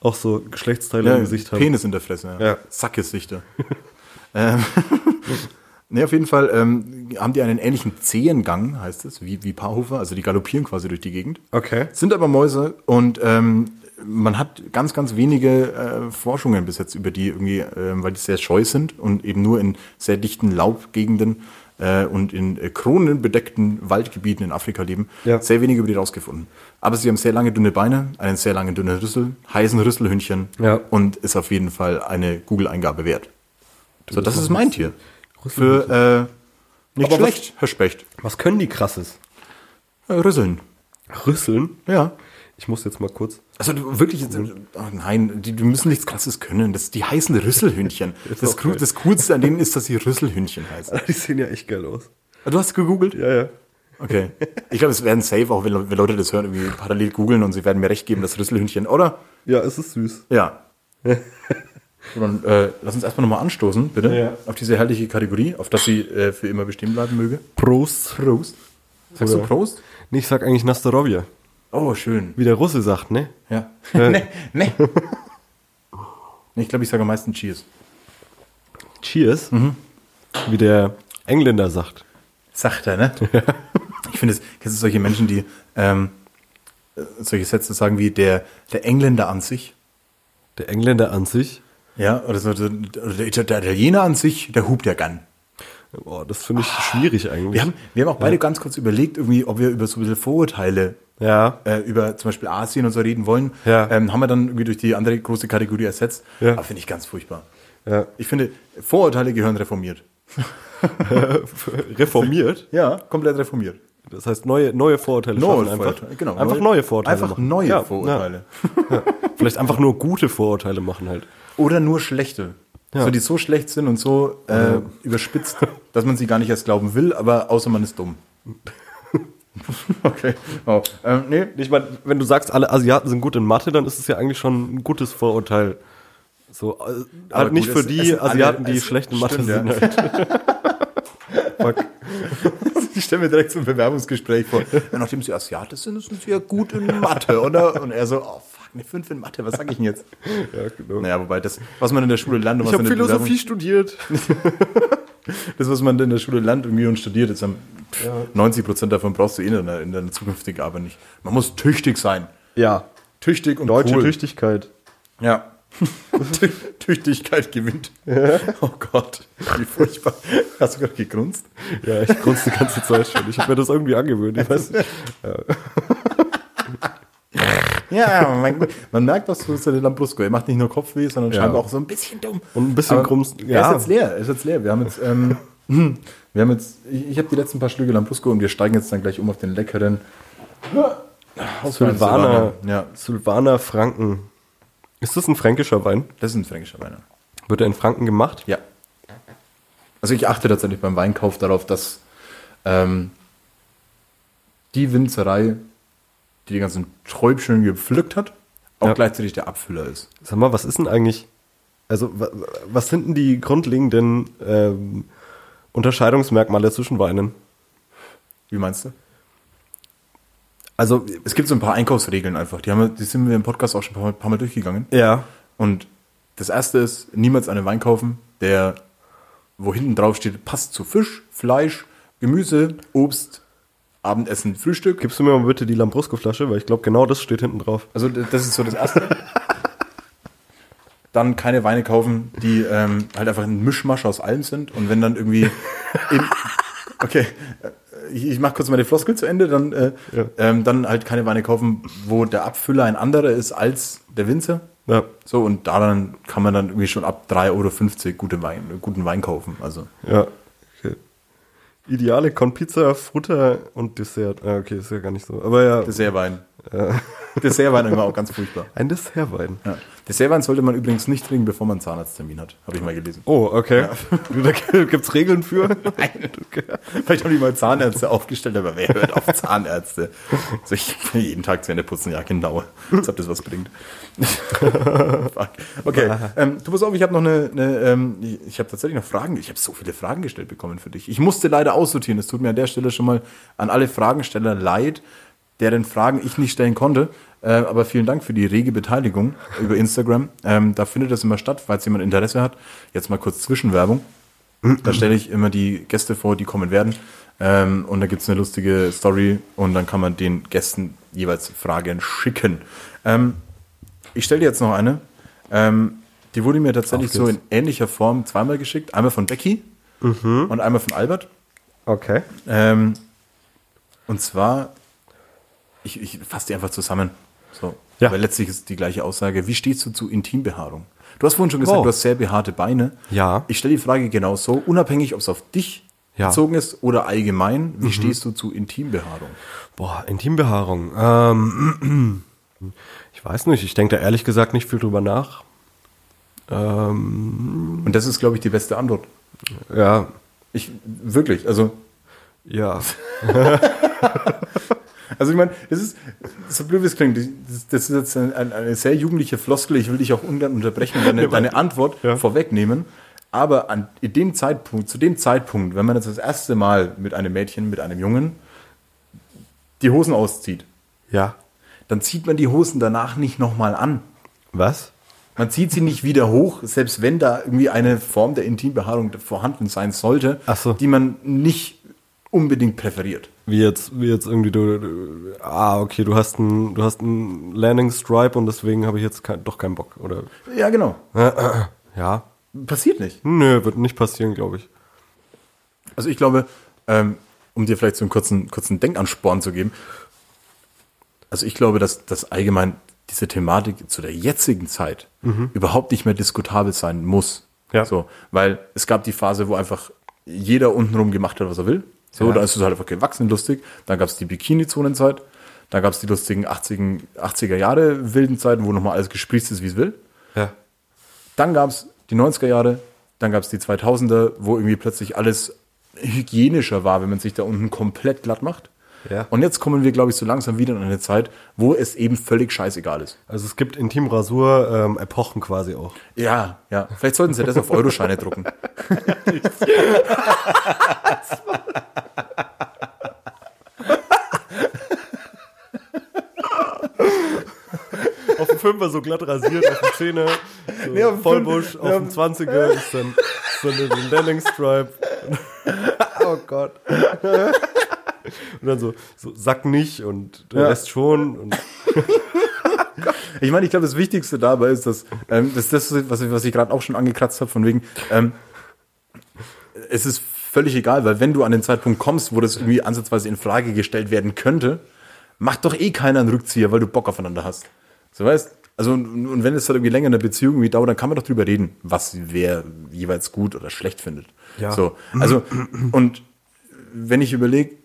F: auch so Geschlechtsteile
E: ja,
F: im Gesicht haben.
E: Äh, Penis in der Fresse. Ja.
F: Ja.
E: Sackgesichter. ähm, nee, auf jeden Fall ähm, haben die einen ähnlichen Zehengang, heißt es, wie, wie Paarhufer. Also die galoppieren quasi durch die Gegend.
F: Okay.
E: Sind aber Mäuse und ähm, man hat ganz, ganz wenige äh, Forschungen bis jetzt über die irgendwie, ähm, weil die sehr scheu sind und eben nur in sehr dichten Laubgegenden äh, und in äh, kronenbedeckten Waldgebieten in Afrika leben.
F: Ja.
E: Sehr wenig über die rausgefunden. Aber sie haben sehr lange dünne Beine, einen sehr langen dünnen Rüssel, heißen Rüsselhündchen
F: Ja.
E: und ist auf jeden Fall eine Google-Eingabe wert. So, das ist mein Tier. Für äh, nicht
F: Aber was-
E: schlecht, Herr Specht.
F: Was können die krasses?
E: Äh, Rüsseln.
F: Rüsseln?
E: Ja.
F: Ich muss jetzt mal kurz.
E: Also du, wirklich, oh nein, die, die müssen nichts Krasses können. Das, die heißen Rüsselhündchen. Das,
F: auch
E: Gru-
F: geil.
E: das Coolste an denen ist, dass sie Rüsselhündchen heißen.
F: Die sehen ja echt geil aus.
E: Du hast gegoogelt?
F: Ja, ja.
E: Okay. Ich glaube, es werden safe, auch wenn, Le- wenn Leute das hören, irgendwie parallel googeln und sie werden mir recht geben, das Rüsselhündchen, oder?
F: Ja, es ist süß.
E: Ja. So, Dann äh, lass uns erstmal nochmal anstoßen, bitte,
F: Ja.
E: auf diese herrliche Kategorie, auf dass sie äh, für immer bestehen bleiben möge.
F: Prost.
E: Prost. Sagst
F: Oder-
E: du Prost?
F: Nee, ich sag eigentlich Nastarovia.
E: Oh, schön.
F: Wie der Russe sagt, ne?
E: Ja.
F: Ja.
E: nee, nee. Nee, Ich glaube, ich sage am meisten Cheers.
F: Cheers.
E: Mhm.
F: Wie der Engländer sagt.
E: Sachter, ne? ich finde es, kennst du solche Menschen, die ähm, äh, solche Sätze sagen wie der, der Engländer an sich?
F: Der Engländer an sich.
E: Ja, oder so, so- oder der Ita- der Italiener an sich, der hupt ja gern.
F: Boah, das finde ich schwierig eigentlich.
E: Ah, Wir haben, wir haben auch beide ganz kurz überlegt, irgendwie, ob wir über so ein bisschen Vorurteile
F: ja.
E: äh, über zum Beispiel Asien und so reden wollen.
F: Ja.
E: Ähm, haben wir dann irgendwie durch die andere große Kategorie ersetzt.
F: Ja.
E: Aber finde ich ganz furchtbar.
F: ja.
E: Ich finde, Vorurteile gehören reformiert.
F: Reformiert.
E: Ja, komplett reformiert.
F: Das heißt, neue, neue Vorurteile
E: Neue
F: schaffen
E: Vorurteile,
F: einfach.
E: genau.
F: Einfach
E: Neue-
F: neue Vorurteile
E: einfach
F: machen.
E: neue
F: Ja,
E: Vorurteile.
F: Ja. Vielleicht einfach nur gute Vorurteile machen halt.
E: Oder nur schlechte.
F: Ja.
E: So, die so schlecht sind und so äh, überspitzt, dass man sie gar nicht erst glauben will, aber außer man ist dumm. okay. Oh. Ähm, nee.
F: Ich meine, wenn du sagst, alle Asiaten sind gut in Mathe, dann ist es ja eigentlich schon ein gutes Vorurteil. So, äh, halt
E: gut,
F: nicht
E: es-
F: für
E: es
F: die
E: sind alle-
F: Asiaten, die
E: es-
F: schlecht in Mathe
E: stimmt,
F: sind.
E: ja.
F: Halt. Fuck.
E: Ich stelle mir direkt so ein Bewerbungsgespräch vor. Ja, nachdem sie Asiate sind, sind sie ja gut in Mathe, oder? Und er so, oh fuck, eine 5 in Mathe, was sag ich denn jetzt?
F: Ja, genau.
E: Naja, wobei das, was man in der Schule lernt und
F: Ich
E: was in
F: habe
E: der
F: Philosophie
E: Bewerbung-
F: studiert.
E: das, was man in der Schule lernt irgendwie und studiert, ist am pff, 90 Prozent davon brauchst du eh in deiner, in deiner zukünftigen Arbeit nicht. Man muss tüchtig sein.
F: Ja.
E: Tüchtig und
F: Deutsche
E: cool.
F: Tüchtigkeit.
E: Ja. Tü- Tüchtigkeit gewinnt. Oh Gott, wie furchtbar. Hast du gerade gegrunzt?
F: Ja, ich grunze die ganze Zeit schon. Ich habe mir das irgendwie angewöhnt. Ich weiß, nicht.
E: Ja, mein Gott. Man merkt, was du ist der Lambrusco. Er macht nicht nur Kopfweh, sondern
F: Ja.
E: scheinbar auch so ein bisschen dumm.
F: Und ein bisschen
E: Aber
F: grumst-
E: Er
F: ja.
E: ist jetzt leer, er ist jetzt leer. Wir haben jetzt, ähm, wir haben jetzt, ich, ich habe die letzten paar Schlüge Lambrusco und wir steigen jetzt dann gweich um auf den leckeren
F: Sylvaner,
E: Ja,
F: Sylvaner Franken. Ist das ein fränkischer Wein?
E: das ist ein fränkischer Wein.
F: Wird er in Franken gemacht?
E: Ja. Also ich achte tatsächlich beim Weinkauf darauf, dass ähm, die Winzerei, die die ganzen Träubchen gepflückt hat, auch
F: Ja.
E: gleichzeitig der Abfüller ist.
F: Sag mal, was ist denn eigentlich, also wa- wa- was sind denn die grundlegenden ähm, Unterscheidungsmerkmale zwischen Weinen?
E: Wie meinst du?
F: Also,
E: Es gibt so ein paar Einkaufsregeln einfach. Die, haben, wir- die sind wir im Podcast auch schon ein paar, Mal- paar Mal durchgegangen.
F: ja,
E: Und das erste ist, niemals einen Wein kaufen, der, wo hinten drauf steht, passt zu Fisch, Fleisch, Gemüse, Obst, Abendessen, Frühstück.
F: gibst du mir mal bitte die Lambrusco-Flasche, weil ich glaube, genau das steht hinten drauf.
E: Also d- das ist so das Erste. dann keine Weine kaufen, die ähm, halt einfach ein Mischmasch aus allem sind. Und wenn dann irgendwie... Im, okay, äh, ich, ich mache kurz meine Floskel zu Ende. Dann, äh,
F: Ja.
E: ähm, dann halt keine Weine kaufen, wo der Abfüller ein anderer ist als der Winzer.
F: Ja,
E: So, und daran kann man dann irgendwie schon ab 3,50 Euro gute Wein, guten Wein kaufen. Also
F: ja. Okay. Ideale con Pizza, Futter und Dessert. Ah, okay, ist ja gar nicht so. Aber ja,
E: Dessertwein. Dessertwein immer auch ganz furchtbar.
F: ein Dessertwein.
E: Ja. Dessertwein sollte man übrigens nicht trinken, bevor man einen Zahnarzttermin hat. Habe ich mal gelesen.
F: Oh, okay. Da gibt's Regeln für.
E: Nein. Vielleicht haben die mal Zahnärzte aufgestellt, aber wer hört auf Zahnärzte? Also ich will jeden Tag Zähne putzen, ja genau. Als ob das was bringt. Fuck. okay, ähm, du pass auf, ich habe noch eine, eine ähm, ich- ich habe tatsächlich noch Fragen, ich habe so viele Fragen gestellt bekommen für dich. Ich musste leider aussortieren, es tut mir an der Stelle schon mal an alle Fragensteller leid, deren Fragen ich nicht stellen konnte. Äh, aber vielen Dank für die rege Beteiligung über Instagram. Ähm, da findet das immer statt, falls jemand Interesse hat. Jetzt mal kurz Zwischenwerbung. Da stelle ich immer die Gäste vor, die kommen werden. Ähm, und da gibt es eine lustige Story und dann kann man den Gästen jeweils Fragen schicken. Ähm, ich stelle dir jetzt noch eine. Ähm, die wurde mir tatsächlich
F: Auf
E: so in
F: geht's.
E: ähnlicher Form zweimal geschickt. Einmal von Becky
F: Mhm.
E: und einmal von Albert.
F: Okay.
E: Ähm, und zwar, ich, ich fasse die einfach zusammen. So.
F: Ja.
E: Weil letztlich ist die gleiche Aussage. Wie stehst du zu Intimbehaarung? Du hast vorhin schon gesagt,
F: Oh.
E: du hast sehr behaarte Beine.
F: Ja.
E: Ich stelle die Frage genau so, unabhängig, ob es auf dich
F: Ja. Mhm.
E: bezogen ist oder allgemein, wie stehst du zu Intimbehaarung?
F: Boah, Intimbehaarung. Ähm, ich weiß nicht, ich denke da ehrlich gesagt nicht viel drüber nach. Ähm,
E: Und das ist, glaube ich, die beste Antwort.
F: ja,
E: Ich, wirklich, also
F: ja.
E: Also ich meine, das ist, so blöd wie es klingt, das, das ist jetzt ein, ein, eine sehr jugendliche Floskel, ich will dich auch ungern unterbrechen und deine, deine Antwort
F: Ja.
E: vorwegnehmen. Aber an in dem Zeitpunkt, zu dem Zeitpunkt, wenn man jetzt das erste Mal mit einem Mädchen, mit einem Jungen die Hosen auszieht,
F: Ja.
E: dann zieht man die Hosen danach nicht nochmal an.
F: Was?
E: Man zieht sie nicht wieder hoch, selbst wenn da irgendwie eine Form der Intimbehaarung vorhanden sein sollte,
F: Ach so.
E: die man nicht unbedingt präferiert.
F: Wie jetzt, wie jetzt irgendwie du, du ah, okay, du hast einen, du hast einen Landing Stripe und deswegen habe ich jetzt kein, doch keinen Bock, oder?
E: Ja, genau.
F: Ja.
E: Passiert nicht.
F: Nö, wird nicht passieren, glaube ich.
E: Also ich glaube, ähm, um dir vielleicht so einen kurzen, kurzen Denkansporn zu geben, also ich glaube, dass, dass allgemein diese Thematik zu der jetzigen Zeit überhaupt nicht mehr diskutabel sein muss.
F: Mhm. Ja.
E: So, weil es gab die Phase, wo einfach jeder untenrum gemacht hat, was er will. So,
F: Ja.
E: dann ist es halt einfach gewachsen lustig. Dann gab es die Bikini-Zonenzeit. Dann gab es die lustigen 80er, 80er Jahre wilden Zeiten, wo nochmal alles gesprießt ist, wie es will.
F: Ja.
E: Dann gab es die 90er Jahre, dann gab es die 2000er, wo irgendwie plötzlich alles hygienischer war, wenn man sich da unten komplett glatt macht.
F: Ja.
E: Und jetzt kommen wir, glaube ich, so langsam wieder in eine Zeit, wo es eben völlig scheißegal ist.
F: Also es gibt Intimrasur ähm, Epochen quasi auch.
E: Ja, ja. Vielleicht sollten sie das auf Euroscheine drucken.
F: Auf dem Fünfer so glatt rasiert, auf dem Zehner, so
E: auf dem
F: Vollbusch,
E: Fünf-
F: auf
E: ja,
F: dem Zwanziger ist dann so eine so ein Landing Stripe. oh Gott. Und dann so, so Sack nicht und der
E: Ja.
F: Rest schon. Und
E: Ich meine, ich glaube, das Wichtigste dabei ist, dass ähm, das, das was, ich- was ich gerade auch schon angekratzt habe, von wegen, ähm, es ist völlig egal, weil wenn du an den Zeitpunkt kommst, wo das irgendwie ansatzweise in Frage gestellt werden könnte, macht doch eh keiner einen Rückzieher, weil du Bock aufeinander hast. So weißt also und, und wenn es halt irgendwie länger in der Beziehung irgendwie dauert, dann kann man doch drüber reden, was wer jeweils gut oder schlecht findet.
F: Ja.
E: So, also und wenn ich überlege,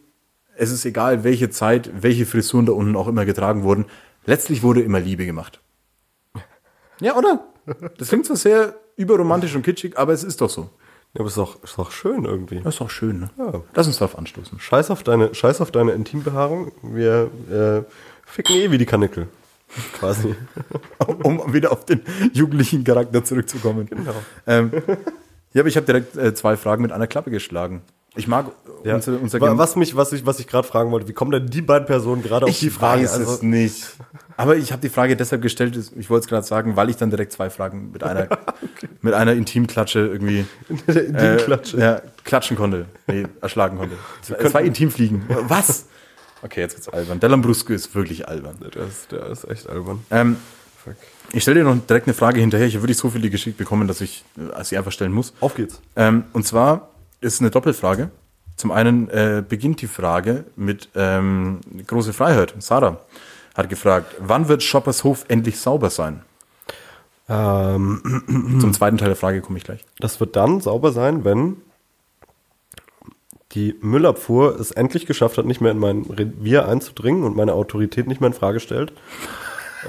E: es ist egal, welche Zeit, welche Frisuren da unten auch immer getragen wurden, letztlich wurde immer Liebe gemacht. Ja, oder? Das klingt zwar sehr überromantisch und kitschig, aber es ist doch so.
F: ja, aber ist doch, ist doch schön irgendwie.
E: Das ist auch schön, ne? Lass uns darauf anstoßen.
F: Scheiß auf deine, scheiß auf deine Intimbehaarung. Wir äh, ficken eh wie die Kanickel. Quasi.
E: Um wieder auf den jugendlichen Charakter zurückzukommen. Genau. Ähm, ja, aber ich habe direkt äh, zwei Fragen mit einer Klappe geschlagen. Ich mag
F: Ja.
E: unser, unser
F: Wa- was mich, was ich, was ich gerade fragen wollte, wie kommen denn die beiden Personen gerade auf
E: ich
F: die Frage? Also,
E: weiß es nicht. Aber ich habe die Frage deshalb gestellt, ich wollte es gerade sagen, weil ich dann direkt zwei Fragen mit einer, mit einer Intimklatsche irgendwie
F: der Intimklatsche.
E: Äh, ja, klatschen konnte. Nee, erschlagen konnte. Es war, es war Intimfliegen. Was? Okay, jetzt wird's albern. Der Lambrusco ist wirklich albern.
F: das, der ist echt albern.
E: Ähm,
F: Fuck.
E: ich stelle dir noch direkt eine Frage hinterher. Ich habe wirklich so viele geschickt bekommen, dass ich äh, sie einfach stellen muss.
F: Auf geht's.
E: Ähm, und zwar ist eine Doppelfrage. Zum einen äh, beginnt die Frage mit ähm, große Freiheit. Sarah hat gefragt, wann wird Shoppers Hof endlich sauber sein?
F: Ähm,
E: Zum zweiten Teil der Frage komme ich gleich.
F: das wird dann sauber sein, wenn die Müllabfuhr es endlich geschafft hat, nicht mehr in mein Revier einzudringen und meine Autorität nicht mehr in Frage stellt.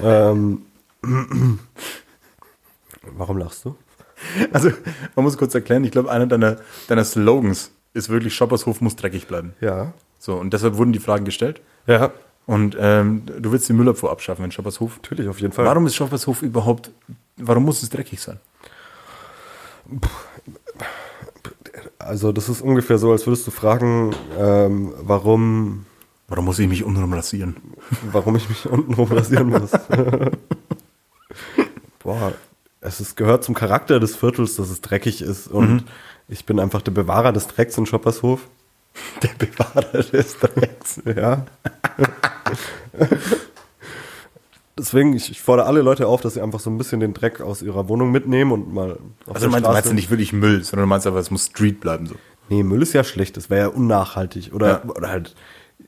F: ähm, warum lachst du?
E: Also, man muss kurz erklären, ich glaube, einer deiner, deiner Slogans ist wirklich, Schoppershof muss dreckig bleiben.
F: Ja.
E: So, und deshalb wurden die Fragen gestellt.
F: Ja,
E: Und ähm, du willst die Müllabfuhr abschaffen in Schoppershof.
F: natürlich, auf jeden Fall.
E: Warum ist Schoppershof überhaupt, warum muss es dreckig sein?
F: Also, das ist ungefähr so, als würdest du fragen, ähm, warum,
E: Warum muss ich mich untenrum rasieren?
F: warum ich mich untenrum rasieren muss. Boah, es ist, gehört zum Charakter des Viertels, dass es dreckig ist. Und
E: Mhm.
F: ich bin einfach der Bewahrer des Drecks in Schoppershof.
E: Der Bewahrer des Drecks.
F: Ja. Deswegen, ich, ich fordere alle Leute auf, dass sie einfach so ein bisschen den Dreck aus ihrer Wohnung mitnehmen und mal auf
E: Also, du meinst, meinst du nicht wirklich Müll, sondern du meinst einfach, es muss Street bleiben. So.
F: Nee, Müll ist ja schlecht, das wäre ja unnachhaltig.
E: Ja.
F: Oder, oder halt,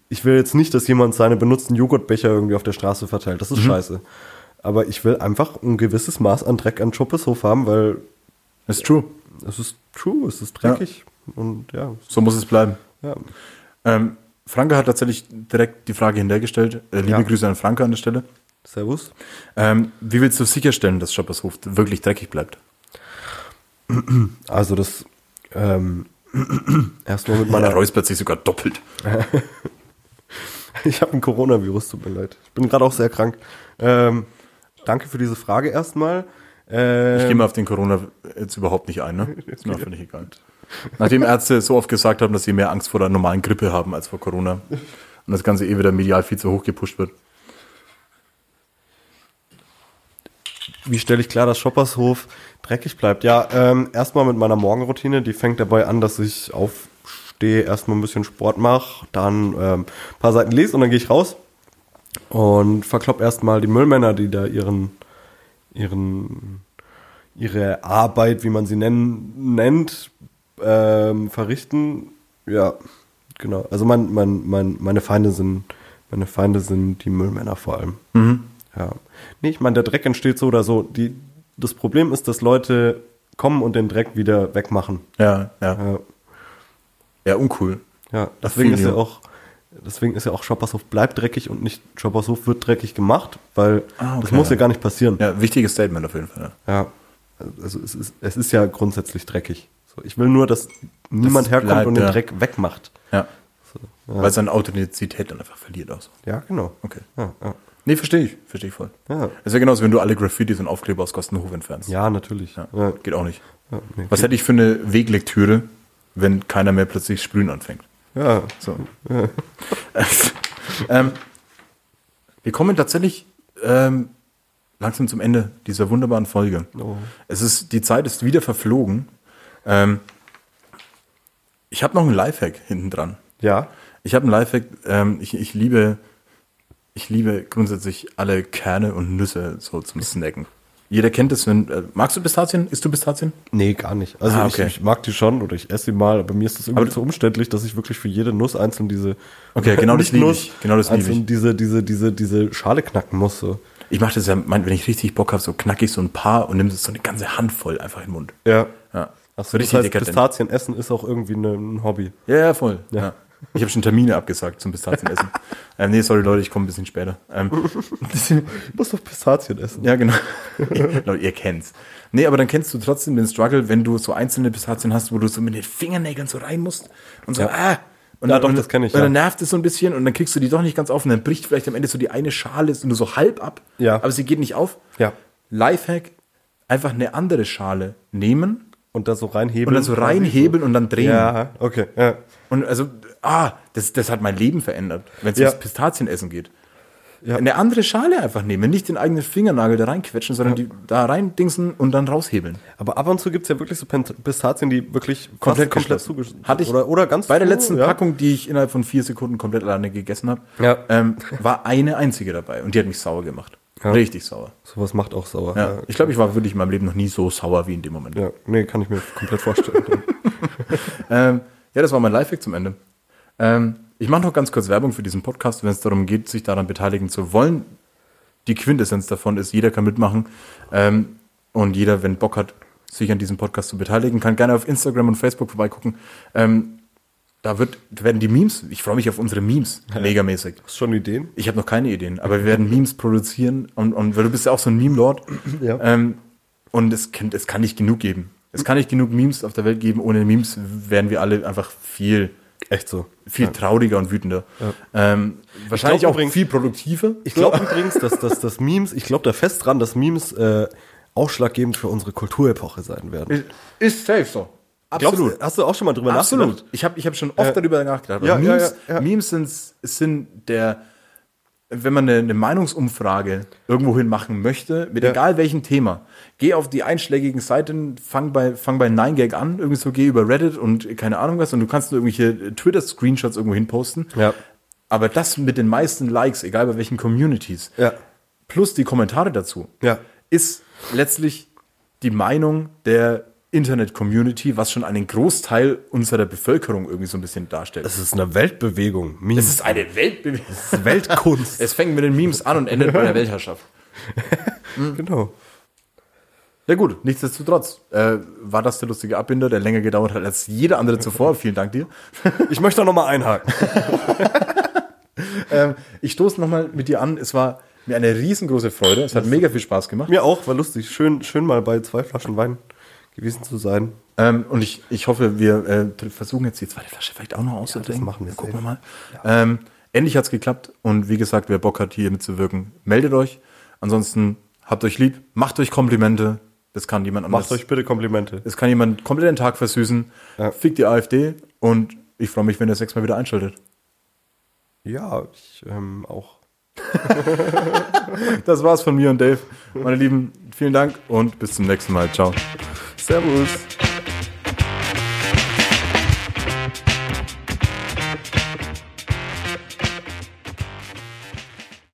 F: ich will jetzt nicht, dass jemand seine benutzten Joghurtbecher irgendwie auf der Straße verteilt, das ist
E: Mhm.
F: scheiße. Aber ich will einfach ein gewisses Maß an Dreck an Schuppeshof haben, weil
E: That's true.
F: es ist true, es ist dreckig. Und ja,
E: So muss es bleiben.
F: ja.
E: Ähm, Franke hat tatsächlich direkt die Frage hintergestellt. Äh, liebe
F: Ja.
E: Grüße an Franke an der Stelle.
F: Servus.
E: Ähm, wie willst du sicherstellen, dass Schoppershof wirklich dreckig bleibt?
F: Also das, ähm, erstmal mit
E: Er
F: meiner
E: räuspert sich sogar doppelt.
F: Ich habe ein Coronavirus, tut mir leid. Ich bin gerade auch sehr krank. Ähm, danke für diese Frage erstmal. Ähm,
E: Ich gehe mal auf den Corona jetzt überhaupt nicht ein, ne? Ist mir auch völlig egal. Nachdem Ärzte so oft gesagt haben, dass sie mehr Angst vor der normalen Grippe haben als vor Corona und das Ganze eh wieder medial viel zu hoch gepusht wird.
F: wie stelle ich klar, dass Schoppershof dreckig bleibt? Ja, ähm, erstmal mit meiner Morgenroutine. Die fängt dabei an, dass ich aufstehe, erstmal ein bisschen Sport mache, dann ähm, ein paar Seiten lese und dann gehe ich raus und verklopp erstmal die Müllmänner, die da ihren, ihren, ihre Arbeit, wie man sie nennen, nennt, ähm, verrichten. Ja, genau. Also mein, mein, mein, meine Feinde sind, meine Feinde sind die Müllmänner vor allem. Ja. Nee, ich meine, der Dreck entsteht so oder so. Die, das Problem ist, dass Leute kommen und den Dreck wieder wegmachen.
E: Ja, ja.
F: Ja,
E: Ja, uncool.
F: ja.
E: Das
F: deswegen
E: fiel
F: ist ja
E: mir.
F: auch, deswegen ist ja auch Schoppershof bleibt dreckig und nicht Schoppershof wird dreckig gemacht, weil
E: Ah,
F: das
E: okay,
F: muss ja
E: ja.
F: gar nicht passieren.
E: Ja, wichtiges Statement auf jeden Fall.
F: Ja. Also es ist, es ist ja grundsätzlich dreckig. So, ich will nur, dass niemand
E: es
F: herkommt
E: bleibt,
F: und den
E: ja.
F: Dreck wegmacht.
E: Ja.
F: So,
E: Weil seine Authentizität dann einfach verliert auch so.
F: ja, genau.
E: Okay.
F: Ja, ja.
E: Nee, verstehe ich. Verstehe ich voll.
F: Ja.
E: Es wäre genauso, wenn du alle Graffitis und Aufkleber aus Kostenhof entfernst.
F: ja, natürlich. Ja.
E: Ja, Geht auch nicht.
F: Ja, nee,
E: Was
F: geht-
E: hätte ich für eine Weglektüre, wenn keiner mehr plötzlich sprühen anfängt?
F: ja.
E: So. ähm, wir kommen tatsächlich ähm, langsam zum Ende dieser wunderbaren Folge.
F: Oh.
E: Es ist, die Zeit ist wieder verflogen. Ähm, ich habe noch einen Lifehack hinten dran.
F: ja.
E: Ich habe einen Lifehack. Ähm, ich, ich liebe, ich liebe grundsätzlich alle Kerne und Nüsse so zum Snacken. Jeder kennt es, wenn. Äh, magst du Pistazien? Isst du Pistazien?
F: Nee, gar nicht. Also
E: Ah, okay.
F: ich, ich mag die schon oder ich esse die mal, aber mir ist das irgendwie
E: Aber-
F: zu umständlich, dass ich wirklich für jede Nuss einzeln diese
E: Okay, genau das
F: Nicht
E: liebe
F: Nuss,
E: ich. Genau das liebe
F: einzeln
E: ich.
F: diese diese diese diese Schale knacken muss so.
E: Ich mache das ja, mein, wenn ich richtig Bock habe, so knack ich so ein paar und nimm so eine ganze Handvoll einfach in den Mund.
F: Ja.
E: Ja. So
F: Ach so, das
E: richtig
F: heißt,
E: dekadent.
F: Pistazien essen ist auch irgendwie ne- ein Hobby.
E: Ja, ja, voll. Ja.
F: Ja.
E: Ich habe schon Termine abgesagt zum Pistazienessen. ähm, nee, sorry Leute, ich komme ein bisschen später. Ähm,
F: Du musst doch Pistazien essen.
E: ja, genau. Leute, ihr kennt's. Nee, aber dann kennst du trotzdem den Struggle, wenn du so einzelne Pistazien hast, wo du so mit den Fingernägeln so rein musst und so, ah. Und
F: Ja,
E: dann-
F: doch,
E: und-
F: das kenn ich,
E: Und dann
F: ja.
E: nervt es so ein bisschen und dann kriegst du die doch nicht ganz auf und dann bricht vielleicht am Ende so die eine Schale so nur so halb ab.
F: Ja.
E: Aber sie geht nicht auf.
F: Ja.
E: Lifehack, einfach eine andere Schale nehmen
F: Und da so reinhebeln.
E: und dann so reinhebeln und dann drehen.
F: Mhm. Ja, okay. Ja.
E: Und also, ah, das, das hat mein Leben verändert, wenn es
F: Ja.
E: ums Pistazienessen geht.
F: Ja.
E: Eine andere Schale einfach nehmen, nicht den eigenen Fingernagel da reinquetschen, sondern die da reindingsen und dann raushebeln.
F: Aber ab und zu gibt's ja wirklich so Pen- Pistazien, die wirklich fast
E: geschlossen.
F: zugeschnitten
E: Hatte ich
F: oder, oder ganz
E: bei der
F: zu,
E: letzten
F: ja.
E: Packung, die ich innerhalb von vier Sekunden komplett alleine gegessen habe,
F: Ja.
E: ähm, war eine einzige dabei und die hat mich sauer gemacht. Richtig sauer.
F: Sowas macht auch sauer.
E: Ja.
F: ja.
E: Ich glaube, ich war wirklich in meinem Leben noch nie so sauer wie in dem Moment.
F: Ja, nee, kann ich mir komplett vorstellen.
E: Ähm, ja, das war mein Lifehack zum Ende. Ähm, ich mache noch ganz kurz Werbung für diesen Podcast, wenn es darum geht, sich daran beteiligen zu wollen. Die Quintessenz davon ist, jeder kann mitmachen ähm, und jeder, wenn Bock hat, sich an diesem Podcast zu beteiligen, kann gerne auf Instagram und Facebook vorbeigucken. Ähm, Da wird, werden die Memes, ich freue mich auf unsere Memes, megamäßig.
F: Hast du schon Ideen?
E: Ich habe noch keine Ideen, aber wir werden Memes produzieren und, und weil du bist ja auch so ein Meme-Lord.
F: Ja.
E: Ähm, und es kann, es kann nicht genug geben. Es kann nicht genug Memes auf der Welt geben. Ohne Memes wären wir alle einfach viel,
F: Echt so.
E: viel trauriger und wütender. Ähm, wahrscheinlich
F: glaub
E: auch
F: übrigens-
E: viel produktiver.
F: Ich glaube übrigens, dass, dass, dass Memes, ich glaube da fest dran, dass Memes äh, ausschlaggebend für unsere Kulturepoche sein werden.
E: ist safe so. Absolut.
F: Glaubst du- hast du auch schon mal drüber
E: Absolut.
F: nachgedacht?
E: Ich habe ich hab schon oft darüber nachgedacht.
F: Äh, ja,
E: Aber Memes,
F: ja, ja, ja.
E: Memes sind, sind der, wenn man eine, eine Meinungsumfrage irgendwohin machen möchte, mit
F: Ja.
E: egal welchem Thema, geh auf die einschlägigen Seiten, fang bei, fang bei 9gag an, irgendwie so, geh über Reddit und keine Ahnung was und du kannst nur irgendwelche Twitter-Screenshots irgendwo hinposten.
F: Ja.
E: Aber das mit den meisten Likes, egal bei welchen Communities,
F: Ja.
E: plus die Kommentare dazu,
F: Ja.
E: ist letztlich die Meinung der Internet-Community, was schon einen Großteil unserer Bevölkerung irgendwie so ein bisschen darstellt.
F: Es ist eine Weltbewegung. Memes.
E: Es ist eine Weltbewegung.
F: Weltkunst.
E: Es fängt mit den Memes an und endet bei der Weltherrschaft.
F: genau.
E: Ja gut, nichtsdestotrotz äh, war das der lustige Abbinder, der länger gedauert hat als jeder andere zuvor. Vielen Dank dir.
F: Ich möchte da nochmal einhaken.
E: Ich stoße nochmal mit dir an. Es war mir eine riesengroße Freude. Es hat mega viel Spaß gemacht.
F: Mir auch, war lustig. Schön, schön mal bei zwei Flaschen Wein gewesen zu sein.
E: Ähm, und ich, ich hoffe, wir äh, tr- versuchen jetzt die zweite Flasche vielleicht auch noch auszutrinken.
F: das machen wir
E: Gucken
F: safe.
E: wir mal. Ähm, endlich hat's geklappt. Und wie gesagt, wer Bock hat, hier mitzuwirken, meldet euch. Ansonsten habt euch lieb, macht euch Komplimente. Das kann jemand anders.
F: Macht euch bitte Komplimente.
E: das kann jemand komplett den Tag versüßen.
F: Ja.
E: Fickt die AfD. Und ich freue mich, wenn ihr sechsmal wieder einschaltet.
F: Ja, ich ähm, auch.
E: Das war's von mir und Dave. Meine Lieben, vielen Dank und bis zum nächsten Mal. Ciao.
F: Servus.